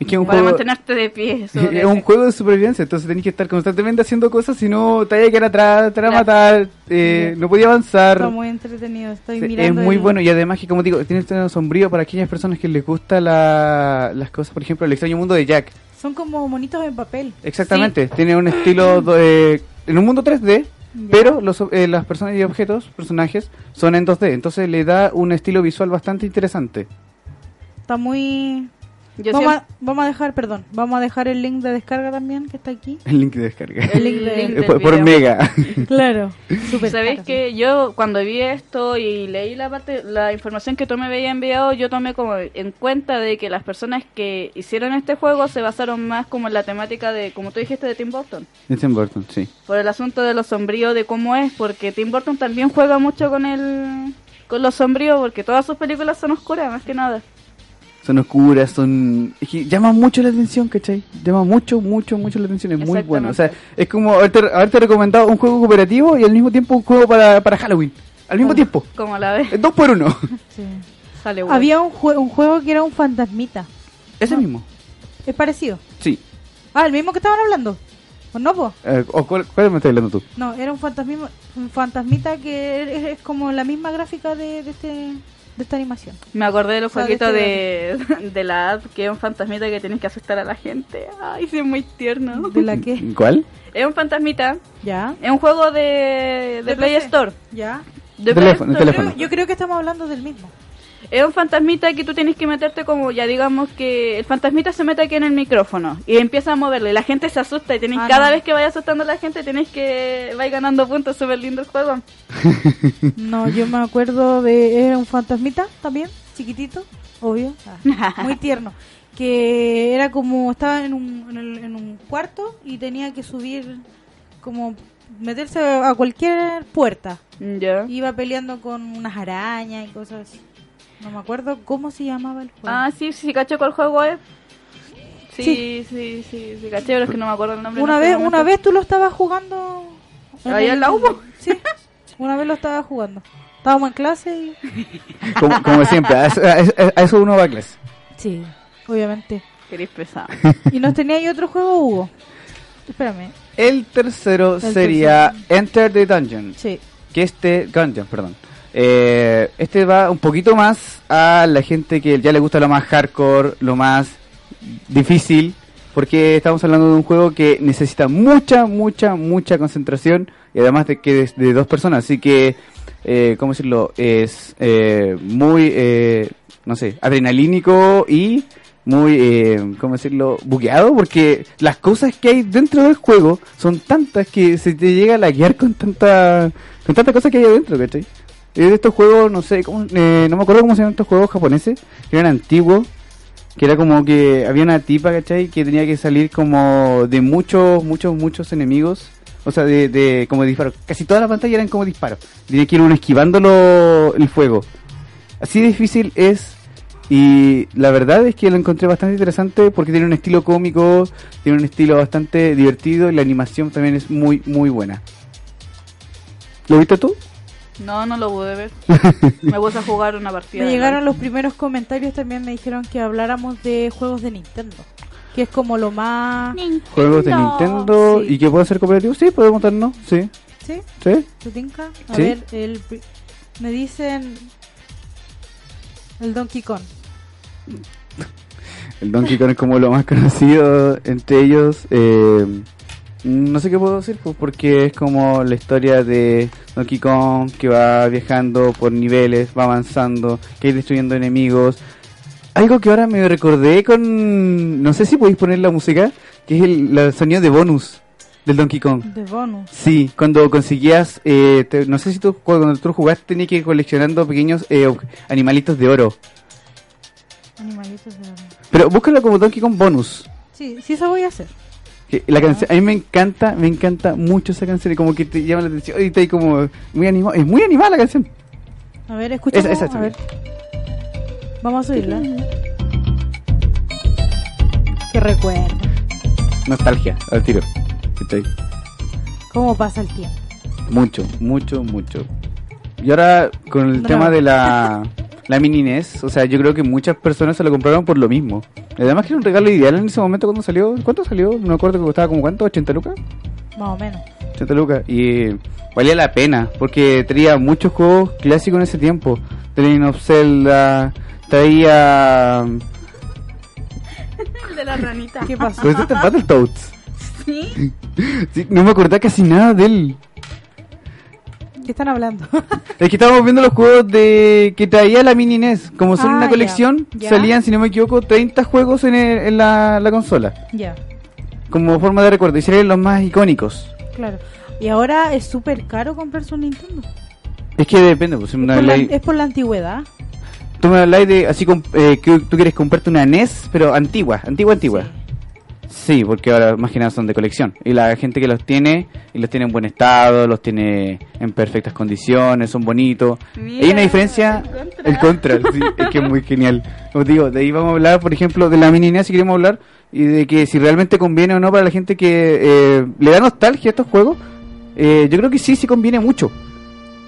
Speaker 4: Es que es un
Speaker 3: para
Speaker 4: juego...
Speaker 3: mantenerte de pie. sobre-
Speaker 4: Es un juego de supervivencia, entonces tenés que estar constantemente haciendo cosas, si no te vas a quedar atrás, te van a matar, eh, no podía avanzar.
Speaker 2: Está muy entretenido. Estoy
Speaker 4: Sí, es
Speaker 2: mirando.
Speaker 4: muy
Speaker 2: el-
Speaker 4: bueno y además que como digo, tiene un tono sombrío para aquellas personas que les gusta la- las cosas, por ejemplo, el extraño mundo de Jack.
Speaker 2: Son como monitos en papel.
Speaker 4: Exactamente, tiene un estilo de- en un mundo 3D,
Speaker 2: Ya.
Speaker 4: pero los, eh, las personas y objetos, personajes, son en 2D, entonces le da un estilo visual bastante interesante.
Speaker 2: Está muy.
Speaker 3: Yo
Speaker 2: vamos,
Speaker 3: siempre-
Speaker 2: a, vamos a dejar, perdón, vamos a dejar el link de descarga también que está aquí.
Speaker 4: El link de descarga.
Speaker 3: El
Speaker 2: link
Speaker 3: link
Speaker 2: del
Speaker 4: Eh,
Speaker 3: del
Speaker 4: por, por
Speaker 3: video.
Speaker 4: mega.
Speaker 2: Claro. Súper
Speaker 3: Sabéis
Speaker 2: caro,
Speaker 3: que yo cuando vi esto y leí la parte, la información que tú me habías enviado, yo tomé como en cuenta de que las personas que hicieron este juego se basaron más como en la temática de, como tú dijiste, de Tim Burton,
Speaker 4: Tim Burton, sí.
Speaker 3: por el asunto de lo sombrío de cómo es, porque Tim Burton también juega mucho con el, con lo sombrío, porque todas sus películas son oscuras más que nada.
Speaker 4: Son oscuras, son... Es que llama mucho la atención, ¿cachai? Llama mucho, mucho, mucho la atención. Es muy bueno. O sea, es como haberte, haberte recomendado un juego cooperativo y al mismo tiempo un juego para, para Halloween. Al mismo tiempo.
Speaker 3: Como la ves,
Speaker 4: Es dos por uno.
Speaker 2: sí.
Speaker 3: sale bueno.
Speaker 2: Había un, jue- un juego que era un fantasmita.
Speaker 4: Ese mismo.
Speaker 2: Es parecido.
Speaker 4: Sí.
Speaker 2: Ah, el mismo que estaban hablando. ¿O no, po?
Speaker 4: Eh, ¿o ¿cuál, cuál me estás hablando tú?
Speaker 2: No, era un fantasmita, un fantasmita que es, es como la misma gráfica de, de este, de esta animación.
Speaker 3: Me acordé de los
Speaker 2: Sale
Speaker 3: jueguitos de, de la app, que es un fantasmita que tienes que asustar a la gente. Ay, sí, es muy tierno.
Speaker 2: ¿De la que?
Speaker 4: ¿Cuál?
Speaker 3: Es un fantasmita
Speaker 2: ¿Ya?
Speaker 3: Es un juego de, de
Speaker 2: De
Speaker 3: Play
Speaker 2: PC.
Speaker 3: Store.
Speaker 2: ¿Ya?
Speaker 3: De
Speaker 4: Teléfono,
Speaker 3: Play Store.
Speaker 4: teléfono.
Speaker 2: Yo creo que estamos hablando del mismo.
Speaker 3: Es un fantasmita que tú tienes que meterte como, ya digamos que el fantasmita se mete aquí en el micrófono y empieza a moverle. La gente se asusta y tenés,
Speaker 2: Ah,
Speaker 3: cada
Speaker 2: no.
Speaker 3: vez que vayas asustando a la gente tenés que vais ganando puntos. Súper lindo el juego.
Speaker 2: No, yo me acuerdo de era un fantasmita también, chiquitito, obvio, ah, muy tierno, que era como estaba en un, en, el- en un cuarto y tenía que subir como meterse a cualquier puerta.
Speaker 3: Ya.
Speaker 2: Iba peleando con unas arañas y cosas así. No me acuerdo cómo se llamaba el juego.
Speaker 3: Ah, sí, sí, caché cuál juego es. Sí,
Speaker 2: Sí.
Speaker 3: sí, sí, sí, caché, pero es que no me acuerdo el nombre. en
Speaker 2: una
Speaker 3: este
Speaker 2: vez,
Speaker 3: momento.
Speaker 2: una vez tú lo estabas jugando. en
Speaker 3: Ahí
Speaker 2: el-
Speaker 3: al lado, po.
Speaker 2: Sí. Una vez lo estabas jugando. Estábamos en clase y
Speaker 4: Como, como siempre, a eso, a eso- a eso uno va a clase.
Speaker 2: sí, obviamente.
Speaker 3: Querés pesar.
Speaker 2: Y nos tenía ahí otro juego, Hugo. Espérame.
Speaker 4: El tercero
Speaker 2: El
Speaker 4: sería Enter the Dungeon.
Speaker 2: Sí.
Speaker 4: que este Gungeon, perdón. Eh, este va un poquito más a la gente que ya le gusta lo más hardcore, lo más difícil, porque estamos hablando de un juego que necesita mucha, mucha, mucha concentración y además de que es de dos personas, así que, eh, ¿cómo decirlo? Es eh, muy, eh, no sé, adrenalínico y muy, eh, ¿cómo decirlo?, bugueado, porque las cosas que hay dentro del juego son tantas que se te llega a laguear con tanta, con tanta cosa que hay adentro, ¿cachai? Es de estos juegos, no sé, cómo- eh, no me acuerdo cómo se llaman estos juegos japoneses, que eran antiguos, que era como que había una tipa, ¿cachai? Que tenía que salir como de muchos, muchos, muchos enemigos. O sea, de, de como disparos. Casi toda la pantalla eran como disparos. Tenía que ir uno esquivando lo- el fuego. Así de difícil es. Y la verdad es que lo encontré bastante interesante porque tiene un estilo cómico, tiene un estilo bastante divertido y la animación también es muy, muy buena. ¿Lo viste tú?
Speaker 3: No, no lo pude ver. Me puse a jugar una partida.
Speaker 2: Me
Speaker 3: de
Speaker 2: llegaron los primeros comentarios también, me dijeron que habláramos de juegos de Nintendo. Que es como lo más...
Speaker 4: Juegos de Nintendo
Speaker 2: Sí.
Speaker 4: y que puedan ser cooperativos. Sí, podemos darnos. Sí,
Speaker 2: ¿Sí?
Speaker 4: sí.
Speaker 2: ¿Te tinca? A
Speaker 4: Sí.
Speaker 2: ver, el... pri- me dicen... El Donkey Kong.
Speaker 4: El Donkey Kong es como lo más conocido entre ellos. eh, no sé qué puedo decir, pues, porque es como la historia de Donkey Kong que va viajando por niveles, va avanzando, que ir destruyendo enemigos. Algo que ahora me recordé con... No sé si podéis poner la música, que es el, la- el sonido de bonus del Donkey Kong.
Speaker 2: De bonus.
Speaker 4: Sí, cuando conseguías, eh, te- no sé si tú cuando tú jugaste tenías que ir coleccionando pequeños eh, ob- animalitos de oro.
Speaker 2: Animalitos de bonus.
Speaker 4: Pero búscalo como Donkey Kong Bonus.
Speaker 2: Sí, sí eso voy a hacer.
Speaker 4: Que La canción, a mí me encanta, me encanta mucho esa canción y como que te llama la atención y está ahí como muy animado. Es muy animada la canción.
Speaker 2: A ver, escuchemos.
Speaker 4: Esa- esa
Speaker 2: a ver. Vamos a subirla. Qué recuerdo.
Speaker 4: Nostalgia, al tiro. ¿Cachai?
Speaker 2: Cómo pasa el tiempo.
Speaker 4: Mucho, mucho, mucho. Y ahora con el
Speaker 2: Bravo.
Speaker 4: tema de la, la mini NES, o sea, yo creo que muchas personas se lo compraron por lo mismo. Además que era un regalo ideal en ese momento cuando salió. ¿Cuánto salió? No me acuerdo que costaba como cuánto, 80 lucas.
Speaker 2: Más o menos.
Speaker 4: 80 lucas. Y eh, valía la pena, porque traía muchos juegos clásicos en ese tiempo. The Legend of Zelda, traía...
Speaker 3: El de la ranita.
Speaker 2: ¿Qué pasó?
Speaker 4: Pues este Battletoads.
Speaker 3: Sí.
Speaker 4: Sí, no me acordaba casi nada de él.
Speaker 2: ¿Qué están hablando?
Speaker 4: Es que estábamos viendo los juegos de que traía la mini NES. Como son
Speaker 2: Ah,
Speaker 4: una
Speaker 2: ya.
Speaker 4: colección,
Speaker 2: Ya.
Speaker 4: salían, si no me equivoco, 30 juegos en, el- en la, la consola.
Speaker 2: ya,
Speaker 4: Como forma de recuerdo. Y serían los más icónicos.
Speaker 2: claro. Y ahora es súper caro comprarse un Nintendo.
Speaker 4: Es que depende, pues, si me
Speaker 2: Por la-
Speaker 4: habláis-
Speaker 2: es por la antigüedad.
Speaker 4: tú me habláis de así com- eh, que tú quieres comprarte una NES, pero antigua, antigua, antigua. Sí, porque ahora más que nada son de colección. Y la gente que los tiene, y los tiene en buen estado, los tiene en perfectas condiciones, son bonitos.
Speaker 3: Mira,
Speaker 4: Hay una diferencia, el
Speaker 3: el
Speaker 4: contra, sí, es que es muy genial. Os digo, de ahí vamos a hablar, por ejemplo, de la mini NES si queremos hablar, y de que si realmente conviene o no para la gente que eh, le da nostalgia a estos juegos. Eh, yo creo que sí, sí conviene mucho.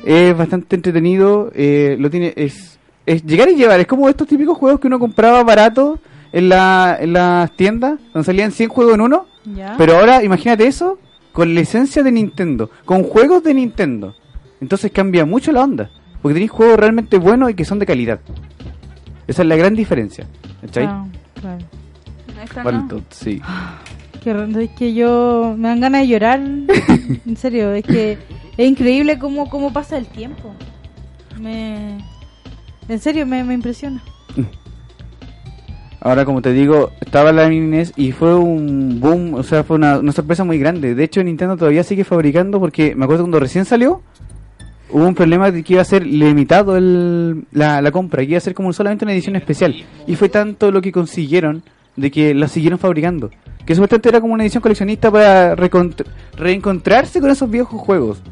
Speaker 4: Es bastante entretenido, eh, lo tiene, es, es llegar y llevar, es como estos típicos juegos que uno compraba barato en, la, en las tiendas, donde salían 100 juegos en uno,
Speaker 2: Ya.
Speaker 4: pero ahora imagínate eso con licencia de Nintendo, con juegos de Nintendo. Entonces cambia mucho la onda, porque tenéis juegos realmente buenos y que son de calidad. Esa es la gran diferencia. ¿Cachai?
Speaker 2: Ah, claro.
Speaker 3: Esta no.
Speaker 4: Battletoads, sí.
Speaker 2: Que, re- es que yo me dan ganas de llorar. en serio, es que es increíble cómo, cómo pasa el tiempo. Me, en serio, me, me impresiona.
Speaker 4: Ahora, como te digo, estaba la mini NES y fue un boom, o sea, fue una, una sorpresa muy grande. De hecho, Nintendo todavía sigue fabricando porque me acuerdo cuando recién salió, hubo un problema de que iba a ser limitado el, la, la compra, que iba a ser como solamente una edición especial. Y fue tanto lo que consiguieron de que la siguieron fabricando. Que supuestamente era como una edición coleccionista para recontr- reencontrarse con esos viejos juegos.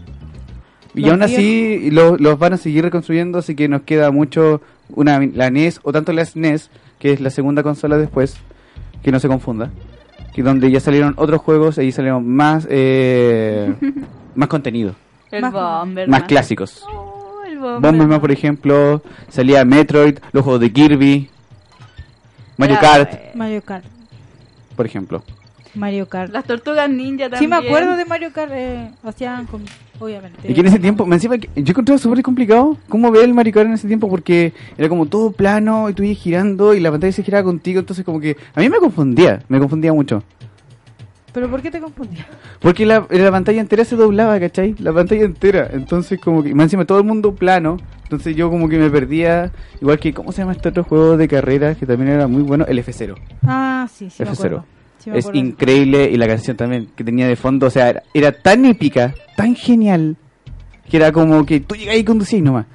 Speaker 4: Y
Speaker 2: Los
Speaker 4: aún así lo- los van a seguir reconstruyendo, así que nos queda mucho una, la NES, o tanto la SNES, que es la segunda consola después, que no se confunda, que donde ya salieron otros juegos, ahí salieron más, eh, más contenido,
Speaker 3: El
Speaker 2: Más-
Speaker 3: Bomberman.
Speaker 4: más clásicos.
Speaker 3: Oh, el Bomberman.
Speaker 4: Bomberman, por ejemplo, salía Metroid, los juegos de Kirby, Mario
Speaker 3: Era,
Speaker 4: Kart,
Speaker 3: eh,
Speaker 2: Mario Kart.
Speaker 4: por ejemplo.
Speaker 2: Mario Kart.
Speaker 3: Las tortugas ninja
Speaker 2: Sí,
Speaker 3: también.
Speaker 2: me acuerdo de Mario Kart. eh, hacían con- obviamente.
Speaker 4: Y que en ese tiempo, me encima, que- yo encontraba súper complicado cómo ver el Mario Kart en ese tiempo porque era como todo plano y tú ibas girando y la pantalla se giraba contigo, entonces como que a mí me confundía, me confundía mucho.
Speaker 2: ¿Pero por qué te confundías?
Speaker 4: Porque la, la pantalla entera se doblaba, ¿cachai? La pantalla entera, entonces como que, más encima todo el mundo plano, entonces yo como que me perdía, igual que, ¿cómo se llama este otro juego de carreras que también era muy bueno? El F0.
Speaker 2: Ah, sí, sí, me
Speaker 4: F0.
Speaker 2: acuerdo. Sí me
Speaker 4: es
Speaker 2: acuerdo.
Speaker 4: increíble y la canción también que tenía de fondo, o sea, era, era tan épica, tan genial, que era como que tú llegas y conducís nomás.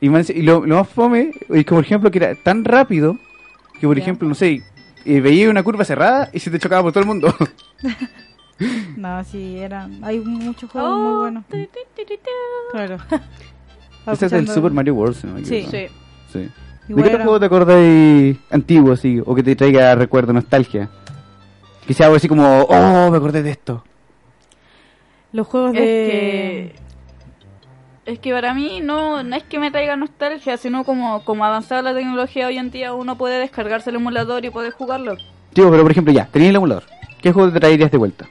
Speaker 4: Y, más- y lo, lo más fome es que, por ejemplo, que era tan rápido que, por
Speaker 2: Ya.
Speaker 4: ejemplo, no sé, eh, veía una curva cerrada y se te chocaba por todo el mundo.
Speaker 2: No, sí, eran. Hay muchos juegos muy
Speaker 3: Oh,
Speaker 2: buenos.
Speaker 3: tu, tu, tu, tu, tu.
Speaker 2: Claro.
Speaker 4: Ese es Este el Super Mario World, si no me
Speaker 2: Sí.
Speaker 4: equivoco.
Speaker 3: Sí.
Speaker 4: Sí. ¿De
Speaker 2: Igual
Speaker 4: qué otro
Speaker 2: era-
Speaker 4: juego te acordáis antiguo, así, o que te traiga recuerdo, nostalgia? Que sea algo así como, oh, me acordé de esto.
Speaker 2: Los juegos de. este,
Speaker 3: Es que. Es que para mí no, no es que me traiga nostalgia, sino como, como avanzada la tecnología hoy en día, uno puede descargarse el emulador y poder jugarlo.
Speaker 4: Tío, pero por ejemplo, ya, tenías el emulador. ¿Qué juego te traerías de vuelta?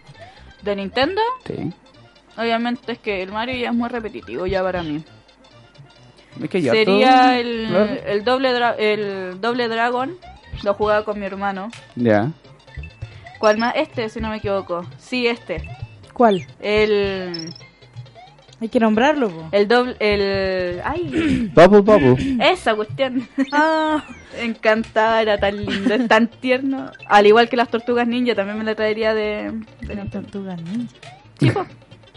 Speaker 3: De Nintendo,
Speaker 4: Sí.
Speaker 3: obviamente es que el Mario ya es muy repetitivo ya para mí.
Speaker 4: Es que ya todo-
Speaker 3: Sería el,
Speaker 4: claro.
Speaker 3: el, doble dra- el doble Dragon, lo jugaba con mi hermano.
Speaker 4: Ya.
Speaker 3: ¿Cuál más? Este, si no me equivoco. Sí, este.
Speaker 2: ¿Cuál?
Speaker 3: El,
Speaker 2: Hay que nombrarlo, po.
Speaker 3: el doble... El... ¡Ay!
Speaker 4: Bubble Bubble.
Speaker 3: Esa cuestión.
Speaker 2: Ah,
Speaker 3: Encantada, era tan lindo, es tan tierno. Al igual que las tortugas ninja, también me la traería de. de
Speaker 2: la
Speaker 3: Nintendo.
Speaker 2: tortuga ninja.
Speaker 3: Sí, po,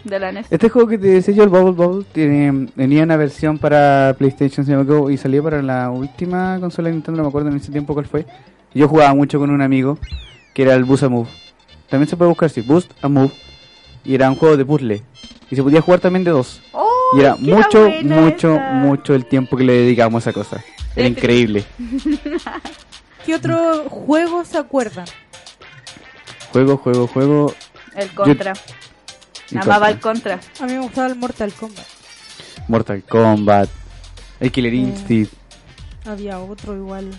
Speaker 3: de la E NES.
Speaker 4: Este juego que te decía yo, el Bubble Bubble, tiene, tenía una versión para PlayStation si no me equivoco, y salió para la última consola de Nintendo, no me acuerdo en ese tiempo cuál fue. Yo jugaba mucho con un amigo, que era el Busa Move. También se puede buscar así, Boost and Move. Y era un juego de puzzle. Y se podía jugar también de dos.
Speaker 3: ¡Oh,
Speaker 4: Y era
Speaker 3: qué
Speaker 4: mucho,
Speaker 3: buena
Speaker 4: mucho,
Speaker 3: esa!
Speaker 4: mucho el tiempo que le dedicamos a esa cosa. Era increíble.
Speaker 2: ¿Qué otro juego se acuerdan?
Speaker 4: Juego, juego, juego.
Speaker 3: El contra.
Speaker 4: y
Speaker 3: Amaba el
Speaker 4: cosas.
Speaker 3: contra.
Speaker 2: A mí me gustaba el Mortal Kombat.
Speaker 4: Mortal Kombat. El
Speaker 3: Mm.
Speaker 4: Killer Instinct.
Speaker 2: Había otro igual.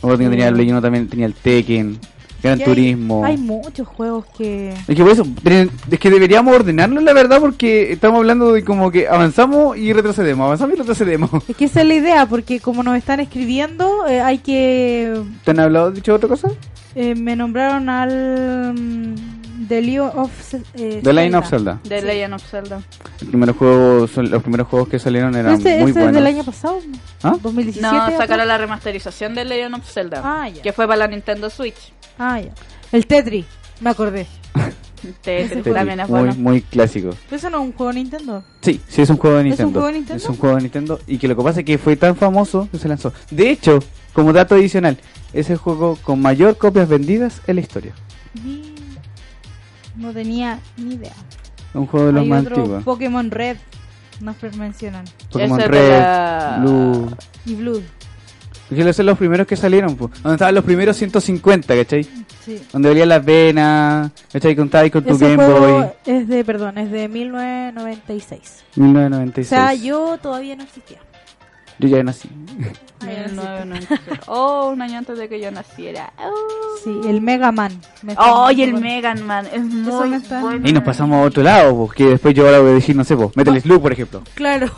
Speaker 4: Otro que tenía el
Speaker 2: Mm.
Speaker 4: Play uno también tenía el Tekken. Gran
Speaker 2: Que hay-
Speaker 4: Turismo.
Speaker 2: Hay, muchos juegos que...
Speaker 4: Es que por eso, pero es que deberíamos ordenarlo la verdad porque estamos hablando de como que avanzamos y retrocedemos, avanzamos y retrocedemos.
Speaker 2: Es que esa es la idea, porque como nos están escribiendo, eh, hay que...
Speaker 4: ¿Te han hablado, dicho otra cosa?
Speaker 2: eh, me nombraron al... mm, The Line of... eh,
Speaker 4: The Line of
Speaker 2: Zelda.
Speaker 4: Zelda.
Speaker 3: De
Speaker 2: Sí.
Speaker 3: Legend of Zelda.
Speaker 4: Los primeros juegos, son- los primeros juegos que salieron
Speaker 2: No,
Speaker 4: eran
Speaker 2: ese,
Speaker 4: muy
Speaker 2: ese Este, es
Speaker 4: buenos.
Speaker 2: del año pasado, ¿no?
Speaker 4: ¿Ah?
Speaker 2: 2017.
Speaker 3: No,
Speaker 2: ¿otro?
Speaker 3: sacaron la remasterización de Legend of Zelda.
Speaker 2: Ah, ya.
Speaker 3: Que fue para la Nintendo Switch.
Speaker 2: Ah, ya. El Tetris, me acordé.
Speaker 3: Tetris
Speaker 4: Tetris,
Speaker 3: Este, también es
Speaker 4: muy,
Speaker 3: bueno.
Speaker 4: muy clásico.
Speaker 2: Pero Pues eso no es un juego de Nintendo.
Speaker 4: Sí, sí es un juego de
Speaker 2: ¿Es un
Speaker 4: Nintendo.
Speaker 2: juego de Nintendo?
Speaker 4: Es un juego de Nintendo y que lo que pasa es que fue tan famoso que se lanzó. De hecho, como dato adicional, es el juego con mayor copias vendidas en la historia.
Speaker 2: Ni- No tenía ni idea.
Speaker 4: Un juego de los
Speaker 2: Hay
Speaker 4: más
Speaker 2: otro
Speaker 4: antiguos.
Speaker 2: Pokémon Red, nos pre- mencionan.
Speaker 4: Pokémon
Speaker 3: Ese de
Speaker 4: Red,
Speaker 3: la-
Speaker 4: Blue.
Speaker 2: Y Blue,
Speaker 4: Que esos son los primeros que salieron, pues. Donde estaban los primeros 150, ¿cachai?
Speaker 2: sí.
Speaker 4: Donde valían las venas, ¿cachai? Contabas ahí con tu
Speaker 2: Ese
Speaker 4: Game
Speaker 2: juego
Speaker 4: Boy.
Speaker 2: es de, perdón, es de 1996. O
Speaker 4: 1996.
Speaker 2: sea, yo todavía no existía.
Speaker 4: Yo ya nací.
Speaker 2: Ay, no
Speaker 3: 1990. Oh, un año antes de que yo naciera. Oh,
Speaker 2: Sí, el Mega Man. Me
Speaker 3: Oh, y el
Speaker 2: con-
Speaker 3: Megan Man. Es muy
Speaker 2: me está-
Speaker 3: bueno.
Speaker 4: Y nos pasamos a otro lado, pues. Que después yo ahora voy a decir, no sé, pues. Metal Slug, por ejemplo.
Speaker 2: Claro.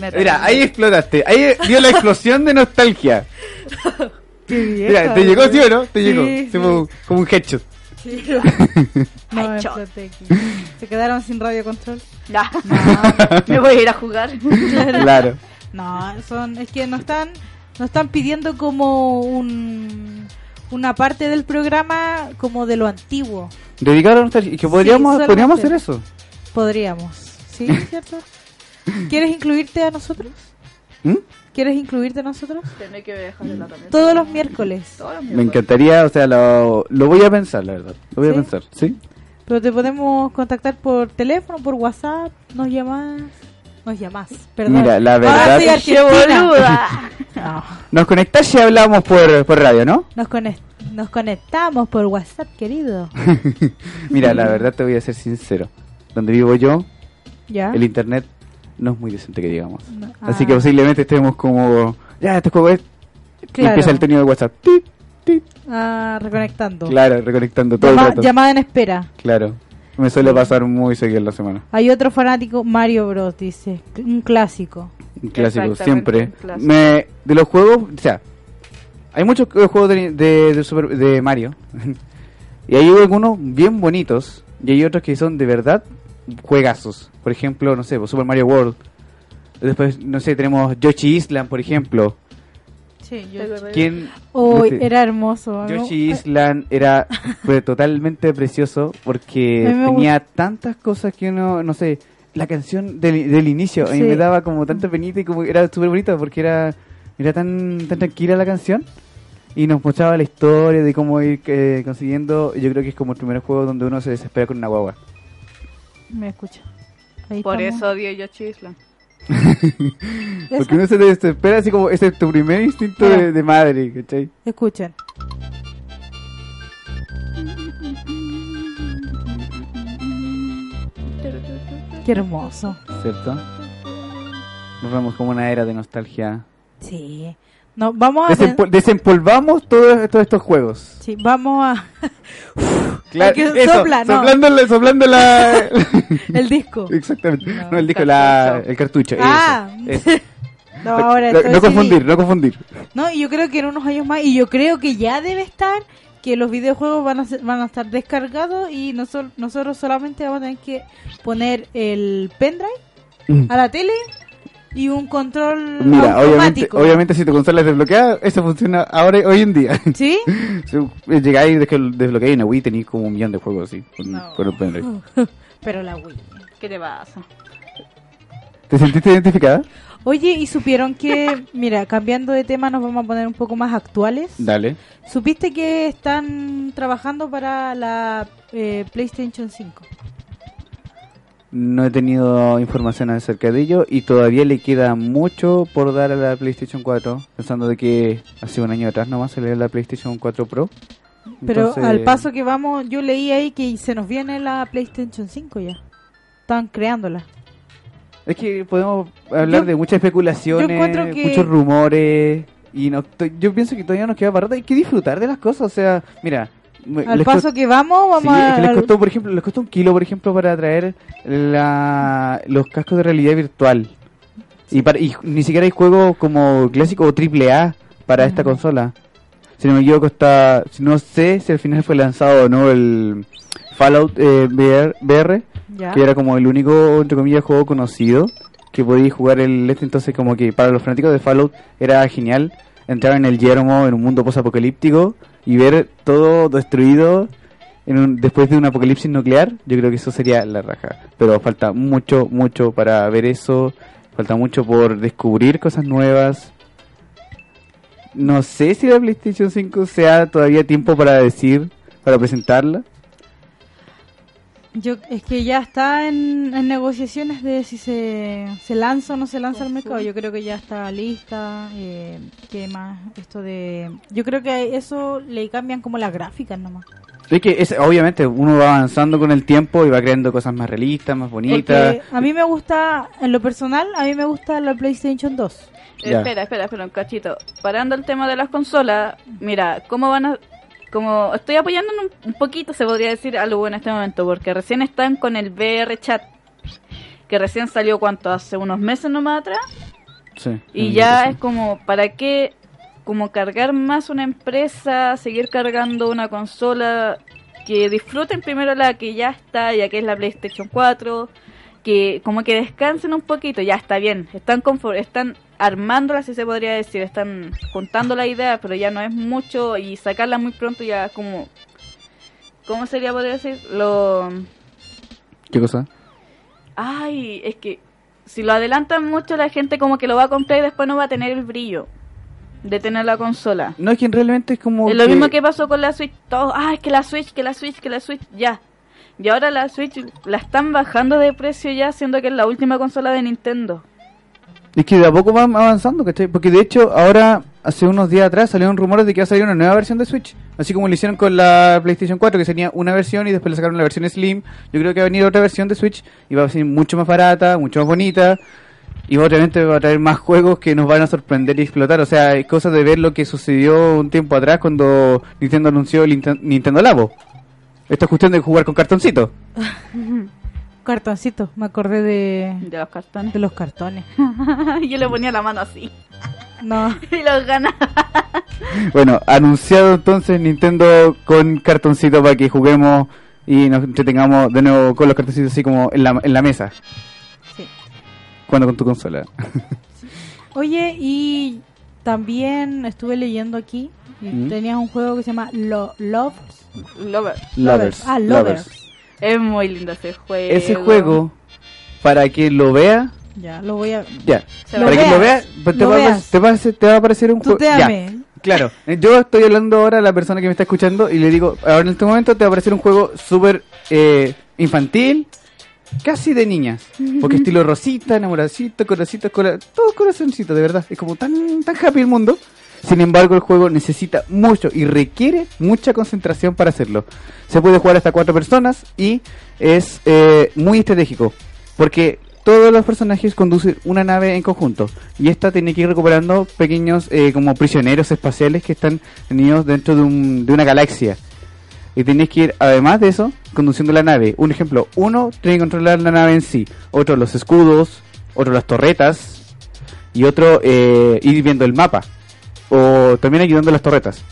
Speaker 3: Me
Speaker 4: Mira,
Speaker 3: reí.
Speaker 4: ahí explotaste. Ahí dio la explosión de nostalgia.
Speaker 2: Qué
Speaker 4: Mira, te llegó, ¿sí o no? Te llegó.
Speaker 2: Sí,
Speaker 4: Se fue un- como un headshot.
Speaker 2: No,
Speaker 3: Ay,
Speaker 2: me
Speaker 3: chao.
Speaker 2: exploté aquí. Se quedaron sin radio control.
Speaker 3: Ya. me voy a ir a jugar.
Speaker 4: Claro.
Speaker 2: No, son, es que nos están, nos están pidiendo como un, una parte del programa como de lo antiguo.
Speaker 4: Dedicar a nostalgia. Y que
Speaker 2: Sí,
Speaker 4: podríamos,
Speaker 2: solamente.
Speaker 4: podríamos hacer eso.
Speaker 2: Podríamos, ¿sí? ¿Cierto? ¿Quieres incluirte a nosotros?
Speaker 4: ¿Mm?
Speaker 2: ¿Quieres incluirte a nosotros?
Speaker 3: Tendré que dejar de lado también.
Speaker 2: Todos los miércoles.
Speaker 3: Todos los
Speaker 4: Me
Speaker 3: miércoles.
Speaker 4: encantaría, o sea, lo, lo voy a pensar, la verdad. Lo voy a
Speaker 2: ¿Sí?
Speaker 4: pensar, ¿sí?
Speaker 2: Pero te podemos contactar por teléfono, por WhatsApp, nos llamás. Nos llamás, perdón.
Speaker 4: Mira, la verdad-
Speaker 2: Ahora soy
Speaker 3: ¡Qué
Speaker 2: argentina.
Speaker 3: boluda!
Speaker 2: No.
Speaker 4: Nos conectás y hablamos por, por radio, ¿no?
Speaker 2: Nos, conec- nos conectamos por WhatsApp, querido.
Speaker 4: Mira, la verdad te voy a ser sincero. Donde vivo yo,
Speaker 2: ¿Ya?
Speaker 4: el internet no es muy decente que digamos.
Speaker 2: No,
Speaker 4: Así
Speaker 2: ah,
Speaker 4: que posiblemente estemos como, ya, este juego es... Y
Speaker 2: Claro.
Speaker 4: empieza el tenido de WhatsApp. Tit, tit.
Speaker 2: ah, reconectando.
Speaker 4: Claro, reconectando todo
Speaker 2: Llama-
Speaker 4: el rato.
Speaker 2: llamada en espera.
Speaker 4: Claro. Me suele pasar muy seguido en la semana.
Speaker 2: Hay otro fanático, Mario Bros, dice. cl- Un clásico.
Speaker 4: Un Clásico,
Speaker 3: Exactamente,
Speaker 4: siempre.
Speaker 3: un clásico.
Speaker 4: Me, de los juegos, o sea, hay muchos eh, juegos de, de, de Super- de Mario. y hay algunos bien bonitos. Y hay otros que son de verdad juegazos. Por ejemplo, no sé, pues, Super Mario World. Después, no sé, tenemos Yoshi Island, por ejemplo.
Speaker 2: Sí,
Speaker 3: Pues,
Speaker 4: ¿Quién?
Speaker 2: Hoy
Speaker 4: no sé,
Speaker 2: era hermoso. a mí me-
Speaker 4: Yoshi Island era fue totalmente precioso porque
Speaker 2: A mí me
Speaker 4: tenía tantas cosas que uno, no sé, la canción del, del inicio, a mí
Speaker 2: Sí.
Speaker 4: me daba como tanta penita y como era súper bonito porque era, era tan, tan tranquila la canción y nos mostraba la historia de cómo ir eh, consiguiendo, yo creo que es como el primer juego donde uno se desespera con una guagua.
Speaker 2: Me escucha. Ahí
Speaker 3: Por
Speaker 2: estamos.
Speaker 3: eso odio yo Chisla.
Speaker 2: Eso.
Speaker 4: Porque uno se desespera así como, ese es tu primer instinto de,
Speaker 2: Mira.
Speaker 4: de madre, ¿cachai?
Speaker 2: Escuchen. Qué hermoso.
Speaker 4: ¿Cierto? Nos vemos como una era de nostalgia.
Speaker 2: Sí. No, vamos a...
Speaker 4: Desempol- desempolvamos todos todos estos juegos.
Speaker 2: Sí, vamos a...
Speaker 4: Claro,
Speaker 2: Hay que
Speaker 4: eso,
Speaker 2: sopla, no.
Speaker 4: soplando, la, soplando la...
Speaker 2: El disco.
Speaker 4: Exactamente.
Speaker 2: No,
Speaker 4: No, el disco, la,
Speaker 3: cartucho.
Speaker 4: el cartucho.
Speaker 2: Ah.
Speaker 4: eso, eso.
Speaker 2: No, ahora
Speaker 4: no,
Speaker 2: estoy
Speaker 4: no
Speaker 2: CD.
Speaker 4: confundir, no confundir.
Speaker 2: No, y yo creo que en unos años más, y yo creo que ya debe estar, que los videojuegos van a, ser- van a estar descargados y nosotros, nosotros solamente vamos a tener que poner el pendrive a la tele y un control
Speaker 4: Mm. Mira,
Speaker 2: Mm,
Speaker 4: obviamente,
Speaker 2: automático.
Speaker 4: obviamente si tu consola es desbloqueada, eso funciona ahora hoy en día.
Speaker 2: ¿Sí?
Speaker 4: Si Llegáis y desblo- desbloqueáis una Wii, tenéis como un millón de juegos así, con,
Speaker 2: No.
Speaker 4: con un pendrive.
Speaker 2: Pero la Wii.
Speaker 3: ¿Qué te pasa?
Speaker 4: ¿Te sentiste identificada?
Speaker 2: Oye, ¿y supieron que, mira, cambiando de tema nos vamos a poner un poco más actuales?
Speaker 4: Dale.
Speaker 2: ¿Supiste que están trabajando para la eh, PlayStation 5?
Speaker 4: No he tenido información acerca de ello y todavía le queda mucho por dar a la PlayStation 4, pensando de que hace un año atrás nomás salió la PlayStation 4 Pro.
Speaker 2: Pero
Speaker 4: Entonces,
Speaker 2: al paso que vamos, yo leí ahí que se nos viene la PlayStation 5 ya. Están creándola.
Speaker 4: Es que podemos hablar
Speaker 2: Yo-
Speaker 4: de muchas
Speaker 2: yo
Speaker 4: especulaciones,
Speaker 2: encuentro que-
Speaker 4: muchos rumores y no, to- yo pienso que todavía nos queda barato, hay que disfrutar de las cosas, o sea, mira, me-
Speaker 2: Al
Speaker 4: Eh, les
Speaker 2: paso
Speaker 4: costó-
Speaker 2: que vamos,
Speaker 4: sí,
Speaker 2: vamos
Speaker 4: es que les
Speaker 2: a...
Speaker 4: costó, por ejemplo, les costó un kilo, por ejemplo, para traer la, los cascos de realidad virtual. Y, para, y ni siquiera hay juegos como clásico o triple A para esta consola. Si no me equivoco, está, si no sé si al final fue lanzado o no el Fallout eh, VR, VR,
Speaker 2: Ya.
Speaker 4: que era como el único, entre comillas, juego conocido que podía jugar el este. Entonces, como que para los fanáticos de Fallout era genial entrar en el yermo, en un mundo posapocalíptico y ver todo destruido en un- después de un apocalipsis nuclear. Yo creo que eso sería la raja. Pero falta mucho, mucho para ver eso. Falta mucho por descubrir cosas nuevas. No sé si la PlayStation 5 sea todavía tiempo para decir, para presentarla.
Speaker 2: Yo, es que ya está en, en negociaciones de si se, se lanza o no se lanza al mercado. Yo creo que ya está lista. Eh, ¿Qué más? Esto de... Yo creo que eso le cambian como las gráficas nomás.
Speaker 4: Es que es, obviamente uno va avanzando con el tiempo y va creando cosas más realistas, más bonitas.
Speaker 2: Porque a mí me gusta, en lo personal, a mí me gusta la PlayStation 2.
Speaker 4: Ya.
Speaker 3: Espera, espera, espera, un cachito. Parando el tema de las consolas, mira, ¿cómo van a...? Como estoy apoyando un, un poquito, se podría decir, algo en este momento, porque recién están con el VR chat, que recién salió, ¿cuánto? Hace unos meses nomás atrás.
Speaker 4: Sí,
Speaker 3: Y
Speaker 4: sí,
Speaker 3: ya
Speaker 4: sí.
Speaker 3: es como, ¿para qué como cargar más una empresa, seguir cargando una consola? Que disfruten primero la que ya está, ya que es la PlayStation 4, que como que descansen un poquito, ya está bien, están confo- están armándola, si se podría decir, están juntando la idea, pero ya no es mucho y sacarla muy pronto ya como... ¿Cómo sería, podría decir? Lo...
Speaker 4: ¿Qué cosa?
Speaker 3: Ay, es que si lo adelantan mucho la gente como que lo va a comprar y después no va a tener el brillo de tener la consola.
Speaker 4: No, es que realmente es como.
Speaker 3: Es lo mismo que pasó con la Switch. Todos, ah, es que la Switch, que la Switch, que la Switch, ya. Y ahora la Switch la están bajando de precio ya, siendo que es la última consola de Nintendo.
Speaker 4: Es que de a poco van avanzando, ¿cachai? Porque de hecho, ahora, hace unos días atrás salieron rumores de que va a salir una nueva versión de Switch. Así como lo hicieron con la PlayStation 4, que tenía una versión y después le sacaron la versión Slim. Yo creo que va a venir otra versión de Switch y va a ser mucho más barata, mucho más bonita. Y obviamente va a traer más juegos que nos van a sorprender y explotar. O sea, es cosa de ver lo que sucedió un tiempo atrás cuando Nintendo anunció el Inten- Nintendo Labo. Esta cuestión de jugar con cartoncito.
Speaker 2: Cartoncitos, me acordé de,
Speaker 3: De los cartones.
Speaker 2: de los cartones.
Speaker 3: Yo le ponía la mano así.
Speaker 2: No,
Speaker 3: Y los ganaba.
Speaker 4: Bueno, anunciado entonces Nintendo con cartoncito para que juguemos y nos entretengamos de nuevo con los cartoncitos así como en la, en la mesa,
Speaker 2: sí.
Speaker 4: cuando con tu consola.
Speaker 2: Oye, y también estuve leyendo aquí, eh,
Speaker 4: Mm.
Speaker 2: tenías un juego que se llama Lo Love.
Speaker 3: Lover.
Speaker 4: Lovers.
Speaker 2: Ah, Lovers.
Speaker 3: Es muy lindo ese juego.
Speaker 4: Ese juego, para que lo vea,
Speaker 2: Ya, lo voy a...
Speaker 4: ya.
Speaker 3: Se
Speaker 2: Lo
Speaker 4: para que lo vea,
Speaker 2: veas,
Speaker 4: te,
Speaker 2: lo
Speaker 4: va a,
Speaker 2: veas.
Speaker 4: te, va a, hacer- te va a parecer un
Speaker 2: Tú
Speaker 4: juego.
Speaker 2: te amé.
Speaker 4: Claro, eh, yo estoy hablando ahora a la persona que me está escuchando y le digo, ahora en este momento te va a parecer un juego súper eh, infantil, casi de niñas, porque estilo rosita, enamoracito, corazoncito, cora- todo corazoncito, de verdad, es como tan, tan happy el mundo. Sin embargo, el juego necesita mucho y requiere mucha concentración para hacerlo. Se puede jugar hasta cuatro personas y es eh, muy estratégico, porque todos los personajes conducen una nave en conjunto y esta tiene que ir recuperando pequeños eh, como prisioneros espaciales que están tenidos dentro de, un- de una galaxia. Y tenés que ir, además de eso, conduciendo la nave. Un ejemplo, uno tiene que controlar la nave en sí, otro los escudos, otro las torretas, y otro eh, ir viendo el mapa, o también ayudando a las torretas.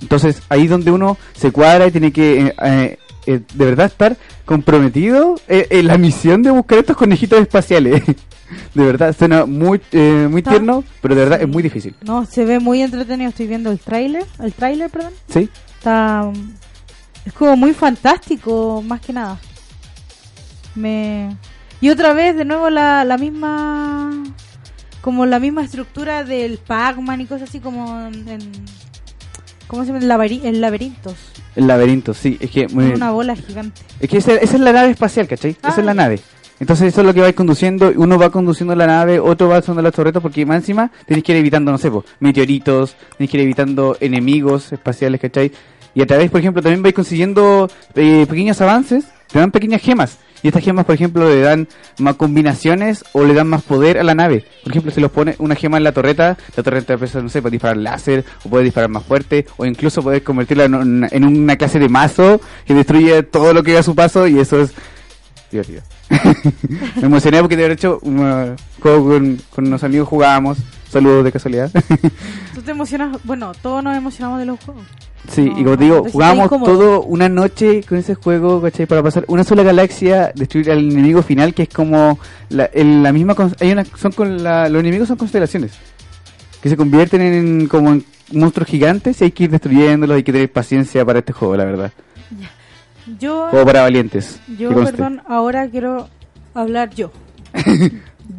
Speaker 4: Entonces, ahí es donde uno se cuadra y tiene que, eh, eh, eh, de verdad, estar comprometido eh, en la misión de buscar estos conejitos espaciales. de verdad, suena muy, eh, muy
Speaker 2: Está-
Speaker 4: tierno, pero de verdad
Speaker 2: sí.
Speaker 4: es muy difícil.
Speaker 2: No, se ve muy entretenido, estoy viendo el tráiler, el tráiler, perdón.
Speaker 4: ¿Sí?
Speaker 2: Está... Es como muy fantástico, más que nada. Me... Y otra vez, de nuevo, la, la misma... como la misma estructura del Pac-Man y cosas así como en... ¿Cómo se llama? En, laberi- en laberintos.
Speaker 4: El laberinto, sí. Es que, muy
Speaker 2: con
Speaker 4: bien.
Speaker 2: una bola gigante.
Speaker 4: Es que esa, esa es la nave espacial, ¿cachai? Esa es la
Speaker 2: Ah.
Speaker 4: nave. Entonces eso es lo que vais conduciendo, uno va conduciendo la nave, otro va haciendo las torretas, porque más encima tenés que ir evitando, no sé, po, meteoritos, tenés que ir evitando enemigos espaciales, ¿cachai? Y a través, por ejemplo, también vais consiguiendo eh, pequeños avances, te dan pequeñas gemas. Y estas gemas, por ejemplo, le dan más combinaciones o le dan más poder a la nave. Por ejemplo, si los pone una gema en la torreta, la torreta empieza, no sé, puede disparar láser, o puede disparar más fuerte, o incluso poder convertirla en una, en una clase de mazo que destruye todo lo que va a su paso, y eso es divertido. Me emocioné porque de haber hecho un eh, juego con, con unos amigos jugábamos. Saludos de casualidad.
Speaker 2: Tú te emocionas... Bueno, todos nos emocionamos de los juegos.
Speaker 4: sí,
Speaker 2: No,
Speaker 4: y como te digo,
Speaker 2: entonces
Speaker 4: jugábamos
Speaker 2: está incómodo.
Speaker 4: todo una noche con ese juego, ¿cachai? Para pasar una sola galaxia, destruir al enemigo final, que es como la, en la misma... cons- Hay una, son con la- los enemigos son constelaciones, que se convierten en como en monstruos gigantes y hay que ir destruyéndolos, hay que tener paciencia para este juego, la verdad.
Speaker 2: Yo...
Speaker 4: Juego para valientes.
Speaker 2: Yo,
Speaker 4: que conste.
Speaker 2: perdón, ahora quiero hablar yo.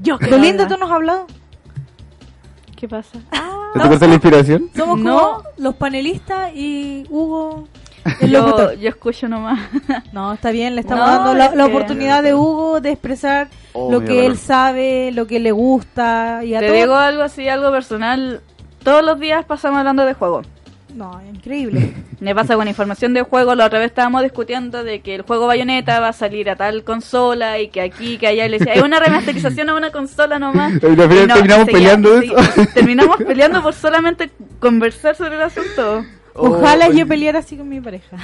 Speaker 3: Yo
Speaker 2: ¿De Linda tú nos has hablado?
Speaker 3: ¿Qué pasa?
Speaker 4: ¿Te corta la inspiración?
Speaker 2: Somos
Speaker 3: No.
Speaker 2: como los panelistas y Hugo, el
Speaker 3: Yo,
Speaker 2: locutor.
Speaker 3: yo escucho nomás.
Speaker 2: No, está bien, le estamos
Speaker 3: No,
Speaker 2: dando la,
Speaker 3: es
Speaker 2: la
Speaker 3: que-
Speaker 2: oportunidad de Hugo de expresar
Speaker 4: Oh,
Speaker 2: lo
Speaker 4: mi
Speaker 2: que
Speaker 4: dolor.
Speaker 2: él sabe, lo que le gusta y a
Speaker 3: Te
Speaker 2: todo-
Speaker 3: digo algo así, algo personal. Todos los días pasamos hablando de juegos.
Speaker 2: No, increíble.
Speaker 3: Me pasa con información de juegos. La otra vez estábamos discutiendo de que el juego Bayonetta va a salir a tal consola y que aquí, que allá. Y le decía, es una remasterización a una consola nomás.
Speaker 4: Y al final terminamos peleando de eso.
Speaker 3: Terminamos peleando por solamente conversar sobre el asunto.
Speaker 2: Ojalá
Speaker 4: Oh,
Speaker 2: yo peleara así con mi pareja.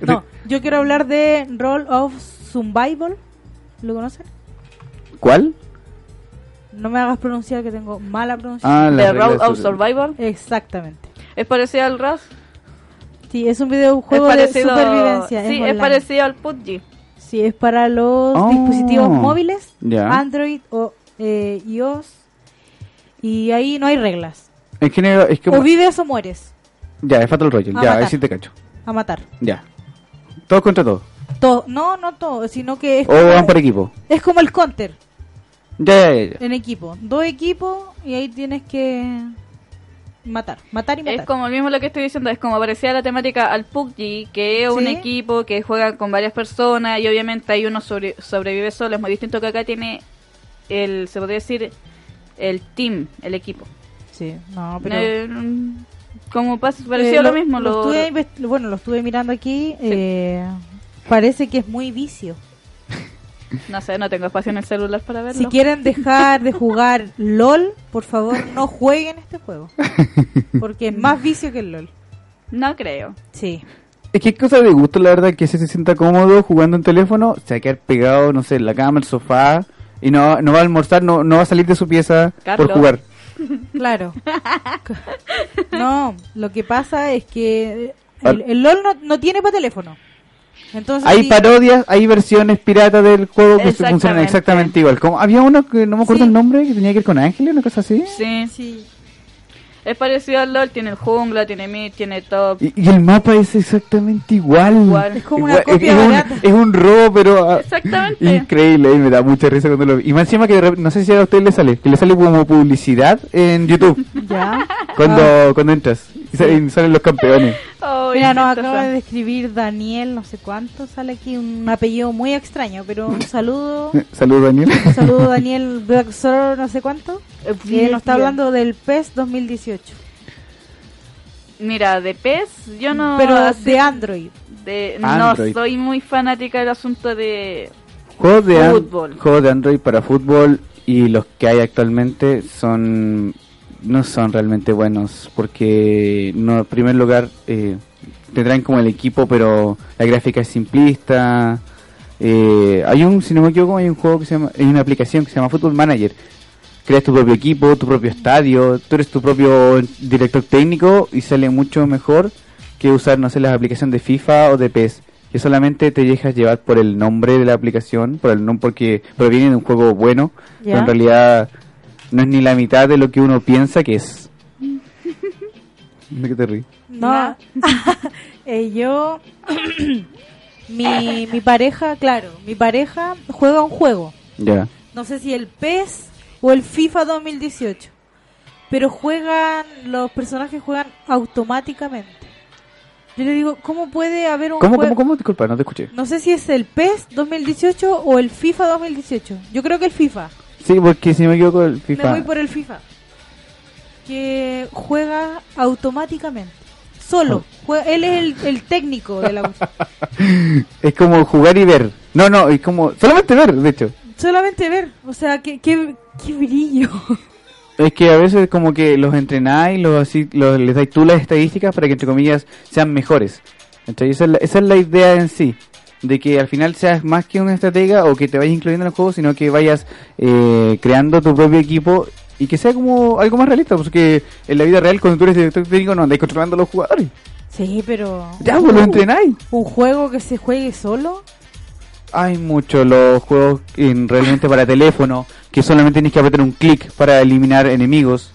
Speaker 2: No, yo quiero hablar de Roll of Survival. ¿Lo conocen?
Speaker 4: ¿Cuál?
Speaker 2: No me hagas pronunciar que tengo mala pronunciación.
Speaker 4: Ah,
Speaker 3: The
Speaker 4: la
Speaker 3: Road
Speaker 4: regla
Speaker 3: of
Speaker 4: sur-
Speaker 3: Survival.
Speaker 2: Exactamente.
Speaker 3: Es parecido al RAS.
Speaker 2: Sí, es un videojuego
Speaker 3: es
Speaker 2: de
Speaker 3: parecido...
Speaker 2: supervivencia.
Speaker 3: Sí, es
Speaker 2: online.
Speaker 3: parecido al PUBG.
Speaker 2: Sí, es para los
Speaker 4: Oh.
Speaker 2: dispositivos móviles,
Speaker 4: Ya.
Speaker 2: Android o eh, iOS. Y ahí no hay reglas.
Speaker 4: En género es como...
Speaker 2: O vives o mueres.
Speaker 4: Ya, es Fatal Royale,
Speaker 2: A
Speaker 4: ya,
Speaker 2: matar.
Speaker 4: ahí sí te cacho.
Speaker 2: A matar.
Speaker 4: Ya. Todos contra todos.
Speaker 2: Todo. No, no todo, sino que es,
Speaker 4: O van por equipo.
Speaker 2: es como el counter
Speaker 4: Ya, ya, ya.
Speaker 2: en equipo. Dos equipos y ahí tienes que matar. Matar y matar.
Speaker 3: Es como el mismo lo que estoy diciendo, es como parecida la temática al PUBG, que es un
Speaker 2: Sí.
Speaker 3: equipo que juega con varias personas y obviamente hay uno sobre- sobrevive solo, es muy distinto que acá tiene el, se podría decir, el team, el equipo.
Speaker 2: Sí, no, Ah, pero...
Speaker 3: Eh, como pas- pareció
Speaker 2: Eh,
Speaker 3: lo, mismo,
Speaker 2: lo
Speaker 3: lo,
Speaker 2: estuve invest- bueno, lo estuve mirando aquí. eh, parece que es muy vicio.
Speaker 3: no sé, no tengo espacio en el celular para verlo.
Speaker 2: Si quieren dejar de jugar LOL, por favor no jueguen este juego. Porque es más vicio que el LOL.
Speaker 3: No creo.
Speaker 2: Sí.
Speaker 4: Es que es cosa de gusto, la verdad, que si se sienta cómodo jugando en teléfono, se va a quedar pegado, no sé, en la cama, el sofá, y no, no va a almorzar, no, no va a salir de su pieza
Speaker 3: Carlos.
Speaker 4: por jugar.
Speaker 2: Claro. No, lo que pasa es que el, el LOL no, no tiene para teléfono. Entonces,
Speaker 4: Hay
Speaker 2: sí,
Speaker 4: parodias, hay versiones piratas del juego que
Speaker 3: Exactamente.
Speaker 4: funcionan exactamente igual. Como, había uno que no me acuerdo
Speaker 2: Sí.
Speaker 4: el nombre, que tenía que ir con Ángel, una cosa así.
Speaker 3: Sí,
Speaker 2: sí.
Speaker 3: es parecido al LOL, tiene el jungla, tiene mid, tiene top,
Speaker 4: Y, y el mapa es exactamente igual.
Speaker 3: Igual.
Speaker 2: Es como una
Speaker 4: Igual, es-
Speaker 2: copia
Speaker 4: es, un-
Speaker 2: barata.
Speaker 4: es Un, robo, pero... ah,
Speaker 3: Exactamente.
Speaker 4: Increíble, y me da mucha risa cuando lo vi. Y más encima que de rep- no sé si a usted le sale, que le sale como publicidad en YouTube
Speaker 2: Ya.
Speaker 4: cuando,
Speaker 3: Ah.
Speaker 4: cuando entras y sa- y salen los campeones.
Speaker 3: Oh,
Speaker 2: Ah, Mira,
Speaker 3: qué
Speaker 2: nos
Speaker 3: chistoso.
Speaker 2: acaba de escribir Daniel, no sé cuánto, sale aquí un apellido muy extraño, pero un saludo.
Speaker 4: Saludos, Daniel.
Speaker 2: Un saludo Daniel Black Sor, no sé cuánto. Que nos está hablando del PES 2018.
Speaker 3: Mira, de PES, yo no... ah,
Speaker 2: pero
Speaker 3: así-
Speaker 2: de Android.
Speaker 3: de-
Speaker 4: Android.
Speaker 3: no soy muy fanática del asunto de
Speaker 4: Juegos de, an-
Speaker 3: Fútbol.
Speaker 4: juegos de Android para fútbol y los que hay actualmente son no son realmente buenos porque no en primer lugar eh, te traen como el equipo pero la gráfica es simplista Eh, hay un si no me equivoco hay un juego que se llama hay una aplicación que se llama Football Manager creas tu propio equipo tu propio estadio tú eres tu propio director técnico y sale mucho mejor que usar, no sé, las aplicaciones de FIFA o de PES, que solamente te dejas llevar por el nombre de la aplicación, por el nom porque proviene de un juego bueno, pero
Speaker 2: Ya.
Speaker 4: en realidad no es ni la mitad de lo que uno piensa que es. ¿De qué te ríes?
Speaker 2: No. Eh, yo. mi, mi pareja, claro. Mi pareja juega un juego.
Speaker 4: Ya.
Speaker 2: No sé si el PES. o el FIFA 2018. Pero juegan, los personajes juegan automáticamente. Yo le digo, ¿cómo puede haber un
Speaker 4: ¿Cómo,
Speaker 2: jue-
Speaker 4: cómo, cómo? Disculpa, no te escuché.
Speaker 2: No sé si es el PES 2018 o el FIFA 2018. Yo creo que el FIFA.
Speaker 4: Sí, porque si no me equivoco, el FIFA.
Speaker 2: Me voy por el FIFA. Que juega automáticamente. Solo.
Speaker 4: Oh.
Speaker 2: Jue- él es el, el técnico de la cuestión.
Speaker 4: Es como jugar y ver. No, no, es como. Solamente ver, de hecho.
Speaker 2: Solamente ver. O sea, qué, qué, qué brillo.
Speaker 4: Es que a veces como que los entrenáis, los, así, los, les dais tú las estadísticas para que entre comillas sean mejores. Entonces esa es, la, esa es la idea en sí, de que al final seas más que una estratega o que te vayas incluyendo en el juego, sino que vayas eh, creando tu propio equipo y que sea como algo más realista, porque en la vida real cuando tú eres director técnico no andáis controlando a los jugadores.
Speaker 2: Sí, pero.
Speaker 4: Ya, pues lo entrenáis.
Speaker 2: Un juego que se juegue solo.
Speaker 4: Hay muchos los juegos en, realmente para teléfono que solamente tienes que apretar un clic para eliminar enemigos.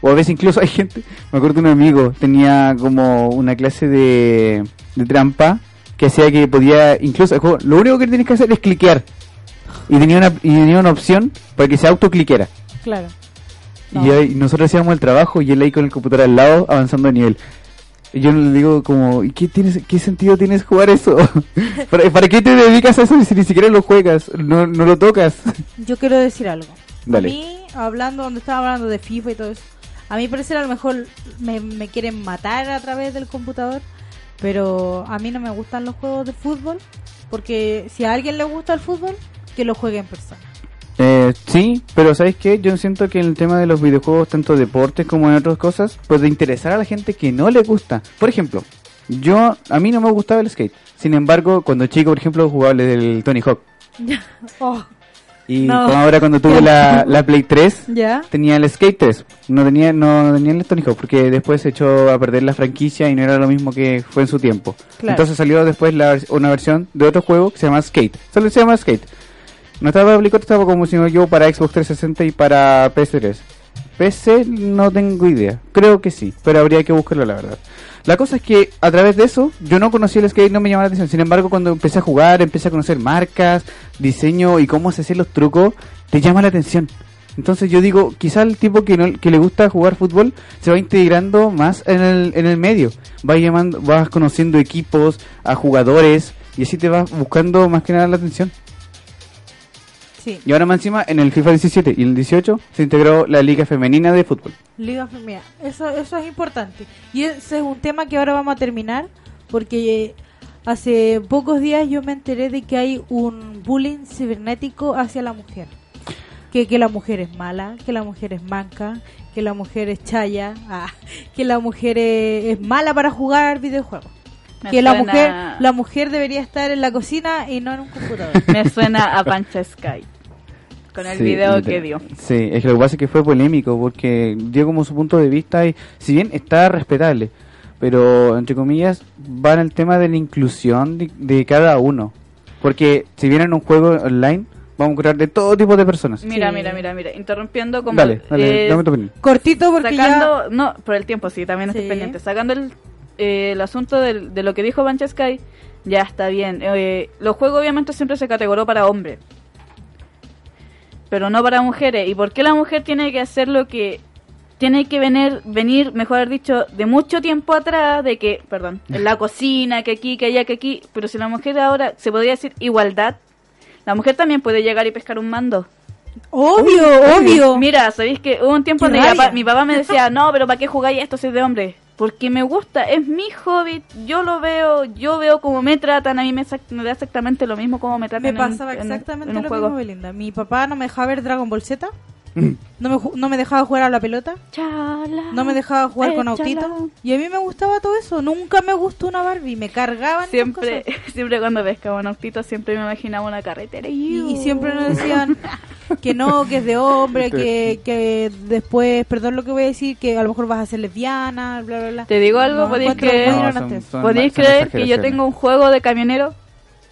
Speaker 4: O a veces incluso hay gente, me acuerdo de un amigo, tenía como una clase de, de trampa que hacía que podía, incluso el juego, lo único que tienes que hacer es cliquear. Y tenía una, y tenía una opción para que se autocliqueara.
Speaker 2: Claro.
Speaker 4: Y ahí- y nosotros hacíamos el trabajo y él ahí con el computador al lado avanzando de nivel. Y yo le digo como, ¿y qué, tienes, qué sentido tienes jugar eso? ¿Para, para qué te dedicas a eso si ni siquiera lo juegas? No, no lo tocas.
Speaker 2: Yo quiero decir algo.
Speaker 4: Dale.
Speaker 2: A mí, hablando, donde estaba hablando de FIFA y todo eso, a mí parecer a lo mejor me, me quieren matar a través del computador, pero a mí no me gustan los juegos de fútbol, porque si a alguien le gusta el fútbol, que lo juegue en persona.
Speaker 4: Eh, sí, pero ¿sabes qué? Yo siento que en el tema de los videojuegos, tanto deportes como en otras cosas, puede interesar a la gente que no le gusta. Por ejemplo, yo, a mí no me gustaba el skate. Sin embargo, cuando chico, por ejemplo, jugaba el Tony Hawk.
Speaker 2: Oh,
Speaker 4: Y
Speaker 2: No.
Speaker 4: como ahora cuando tuve la, la Play 3,
Speaker 2: ¿ya?
Speaker 4: tenía el Skate 3, no tenía, no, no tenía el Tony Hawk, porque después se echó a perder la franquicia y no era lo mismo que fue en su tiempo.
Speaker 2: Claro.
Speaker 4: Entonces salió después la vers- una versión de otro juego que se llama Skate. Solo se llama Skate. No estaba para Play 4, estaba como si no yo para Xbox 360 y para PS3. PC no tengo idea, creo que sí, pero habría que buscarlo la verdad. La cosa es que a través de eso yo no conocí el skate, no me llamaba la atención. Sin embargo, cuando empecé a jugar, empecé a conocer marcas, diseño y cómo se hacían los trucos, te llama la atención. Entonces yo digo, quizá el tipo que, no, que le gusta jugar fútbol se va integrando más en el, en el medio. Vas, llamando, vas conociendo equipos, a jugadores, y así te vas buscando más que nada la atención.
Speaker 2: Sí.
Speaker 4: Y ahora más encima, en el FIFA 17 y el 18 se integró la Liga Femenina de Fútbol.
Speaker 2: Liga Femenina. Eso, eso es importante. Y ese es un tema que ahora vamos a terminar, porque eh, hace pocos días yo me enteré de que hay un bullying cibernético hacia la mujer. Que, que la mujer es mala, que la mujer es manca, que la mujer es chaya, ah, que la mujer es, es mala para jugar videojuegos.
Speaker 3: Me
Speaker 2: que la
Speaker 3: suena-
Speaker 2: mujer, la mujer debería estar en la cocina y no en un computador.
Speaker 3: Me suena a Pancha Sky. Con el
Speaker 4: Sí,
Speaker 3: video
Speaker 4: literal.
Speaker 3: que dio.
Speaker 4: Sí, es que lo que pasa es que fue polémico porque dio como su punto de vista y si bien está respetable, pero entre comillas van al tema de la inclusión de, de cada uno. Porque si bien en un juego online vamos a encontrar de todo tipo de personas.
Speaker 3: Mira,
Speaker 2: Sí.
Speaker 3: mira, mira, mira. Interrumpiendo como...
Speaker 4: Dale, dale,
Speaker 3: eh,
Speaker 4: dame tu opinión.
Speaker 2: Cortito porque ya...
Speaker 3: sacando... No, por el tiempo, sí, también estoy
Speaker 2: Sí.
Speaker 3: pendiente. Sacando el, eh, el asunto del- de lo que dijo Pancha Sky, ya está bien. Eh, los juegos obviamente siempre se categoró para hombres. Pero no para mujeres. ¿Y por qué la mujer tiene que hacer lo que... Tiene que venir, venir, mejor dicho, de mucho tiempo atrás, de que, perdón, en la cocina, que aquí, que allá, que aquí, pero si la mujer ahora se podría decir igualdad, la mujer también puede llegar y pescar un mando.
Speaker 2: Obvio, obvio.
Speaker 3: Mira, sabéis que hubo un tiempo
Speaker 2: Qué
Speaker 3: donde mi
Speaker 2: rabia.
Speaker 3: papá, mi papá me decía, no, pero ¿para qué jugáis esto si es de hombre? Porque me gusta, es mi hobby, yo lo veo, yo veo cómo me tratan, a mí me, exact- me da exactamente lo mismo como me tratan.
Speaker 2: Me
Speaker 3: en un-
Speaker 2: pasaba
Speaker 3: en un-
Speaker 2: exactamente
Speaker 3: en un
Speaker 2: lo
Speaker 3: juego.
Speaker 2: mismo, Belinda. Mi papá no me dejaba ver Dragon Ball Z. No me, ju- no me dejaba jugar a la pelota.
Speaker 3: Chala,
Speaker 2: No me dejaba jugar con
Speaker 3: Ah, échala.
Speaker 2: autito. Y a mí me gustaba todo eso. Nunca me gustó una Barbie. Me cargaban. esas
Speaker 3: Siempre,
Speaker 2: cosas.
Speaker 3: siempre cuando pescaba un autito, siempre me imaginaba una carretera.
Speaker 2: Y, y siempre nos decían que no, que es de hombre, que, que después, perdón lo que voy a decir, que a lo mejor vas a ser lesbiana, bla, bla, bla.
Speaker 3: Te digo algo,
Speaker 2: No,
Speaker 3: podéis
Speaker 2: encuentro
Speaker 3: creer-
Speaker 2: muy ignorante
Speaker 4: son-
Speaker 2: eso.
Speaker 4: son
Speaker 3: ¿Podéis
Speaker 4: ma- son
Speaker 3: creer que yo
Speaker 4: exageraciones.
Speaker 3: tengo un juego de camionero,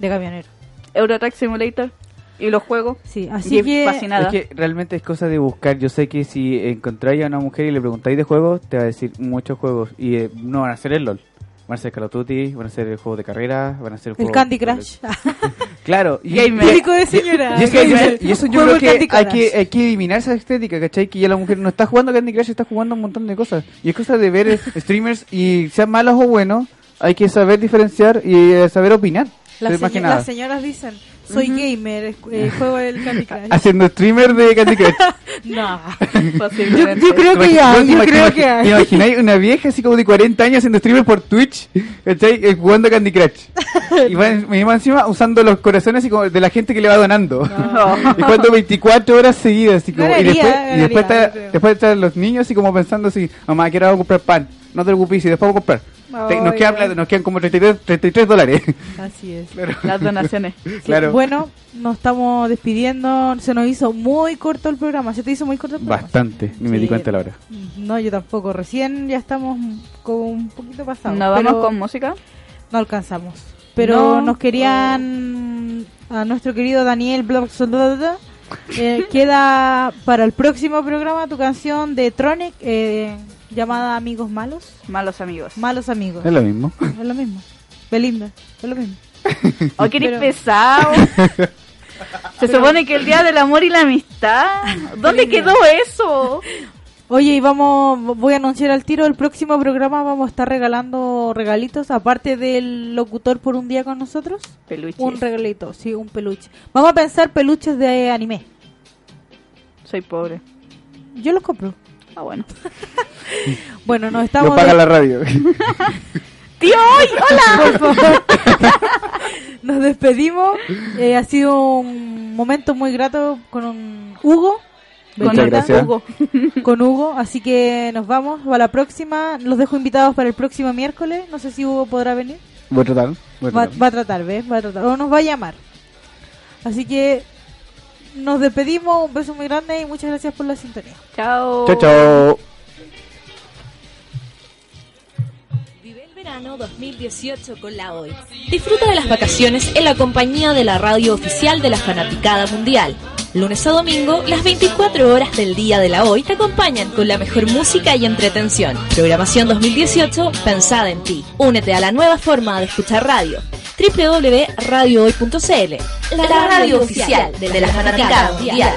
Speaker 2: De camionero.
Speaker 3: Eurotrack Simulator, y lo juego?
Speaker 2: Sí, así
Speaker 3: y
Speaker 2: que...
Speaker 3: fascinada.
Speaker 4: Es que realmente es cosa de buscar. Yo sé que si encontráis a una mujer y le preguntáis de juegos, te va a decir muchos juegos. Y eh, no van a ser el LOL. Van a ser Call of Duty, van a ser el juego de carrera, van a ser
Speaker 2: El
Speaker 4: juego-
Speaker 2: Candy Crush.
Speaker 4: Claro, y,
Speaker 3: Gamer.
Speaker 4: y-
Speaker 2: Típico de señora.
Speaker 4: y eso, yo-
Speaker 2: Gamer.
Speaker 4: y eso yo
Speaker 2: Juego
Speaker 4: creo
Speaker 2: el
Speaker 4: que
Speaker 2: Candy
Speaker 4: hay,
Speaker 2: Crush.
Speaker 4: que hay que eliminar esa estética, ¿cachai? Que ya la mujer no está jugando Candy Crush, está jugando un montón de cosas. Y es cosa de ver eh, streamers y sean malos o buenos, hay que saber diferenciar y eh, saber opinar.
Speaker 2: Las,
Speaker 4: Entonces, más
Speaker 2: seño-
Speaker 4: que nada.
Speaker 2: las señoras dicen, soy gamer, es- eh, juego el Candy Crush.
Speaker 4: Haciendo streamer de Candy Crush.
Speaker 2: no. Yo,
Speaker 3: Posiblemente.
Speaker 2: yo creo que ya,
Speaker 4: ¿Te
Speaker 2: yo
Speaker 4: imag-
Speaker 2: creo
Speaker 4: imag-
Speaker 2: que
Speaker 4: ¿Te
Speaker 2: hay.
Speaker 4: imagináis una vieja así como de 40 años haciendo streamer por Twitch? ¿Cachai? Eh, Jugando a Candy Crush. Y va, en- y va encima usando los corazones y como de la gente que le va donando. Y jugando 24 horas seguidas. Así como, y
Speaker 2: Ganaría,
Speaker 4: después, y después,
Speaker 2: ganaría,
Speaker 4: está-
Speaker 2: yo creo.
Speaker 4: después están los niños así como pensando así, mamá, quiero comprar pan. No te preocupes, y después voy a comprar. Te- nos,
Speaker 2: Ay,
Speaker 4: quedan,
Speaker 2: ay.
Speaker 4: plat- nos quedan como 33, 33 dólares.
Speaker 2: Así es.
Speaker 3: Las donaciones.
Speaker 2: Sí,
Speaker 4: claro.
Speaker 2: Bueno, nos estamos despidiendo. Se nos hizo muy corto el programa. ¿Se te hizo muy corto el programa?
Speaker 4: Bastante. Ni me
Speaker 2: Sí.
Speaker 4: di cuenta la hora.
Speaker 2: No, yo tampoco. Recién ya estamos con un poquito pasado.
Speaker 3: Nos vamos
Speaker 2: pero
Speaker 3: con música.
Speaker 2: No alcanzamos. Pero
Speaker 3: No.
Speaker 2: nos querían a nuestro querido Daniel Block Soldado. eh, queda para el próximo programa tu canción de Tronic eh, llamada Amigos Malos.
Speaker 3: Malos amigos.
Speaker 2: Malos amigos.
Speaker 4: Es lo mismo.
Speaker 2: Es lo mismo. Belinda. Es lo mismo.
Speaker 3: ¿O querés
Speaker 2: Pero-
Speaker 3: Oh, pesado? Se supone que el día del amor y la amistad. ¿Dónde quedó eso?
Speaker 2: Oye, y vamos, voy a anunciar al tiro, el próximo programa vamos a estar regalando regalitos, aparte del locutor por un día con nosotros,
Speaker 3: Peluche.
Speaker 2: un regalito, sí, un peluche. Vamos a pensar peluches de anime.
Speaker 3: Soy pobre.
Speaker 2: Yo los compro.
Speaker 3: Ah, bueno.
Speaker 2: Bueno, nos
Speaker 4: Lo
Speaker 2: estamos...
Speaker 4: paga
Speaker 2: de-
Speaker 4: la radio.
Speaker 3: ¡Tío! ¡Ay! ¡Hola!
Speaker 2: Por favor. nos despedimos. Eh, ha sido un momento muy grato con un Hugo.
Speaker 4: Muchas
Speaker 2: Belinda,
Speaker 4: gracias.
Speaker 3: Hugo.
Speaker 2: Con Hugo, así que nos vamos a la próxima. Los dejo invitados para el próximo miércoles. No sé si Hugo podrá venir.
Speaker 4: Voy a tratar. voy a
Speaker 2: Va,
Speaker 4: tratar.
Speaker 2: va a tratar, ¿ves? Va a tratar. O nos va a llamar. Así que nos despedimos. Un beso muy grande y muchas gracias por la sintonía.
Speaker 3: Chao.
Speaker 4: Chao, chao.
Speaker 6: Vive el verano 2018 con la OI. Disfruta de las vacaciones en la compañía de la radio oficial de la Fanaticada Mundial. Lunes a domingo, las 24 horas del día de la OI te acompañan con la mejor música y entretención. Programación 2018 pensada en ti. Únete a la nueva forma de escuchar radio. www.radiohoy.cl La radio oficial de la Fanaticada Mundial.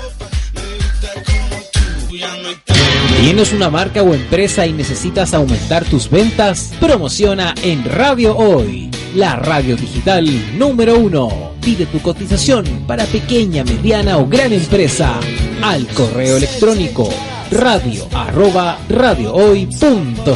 Speaker 1: ¿Tienes una marca o empresa y necesitas aumentar tus ventas? Promociona en Radio Hoy, la radio digital número uno. Pide tu cotización para pequeña, mediana o gran empresa al correo electrónico radio arroba radiohoy.cl.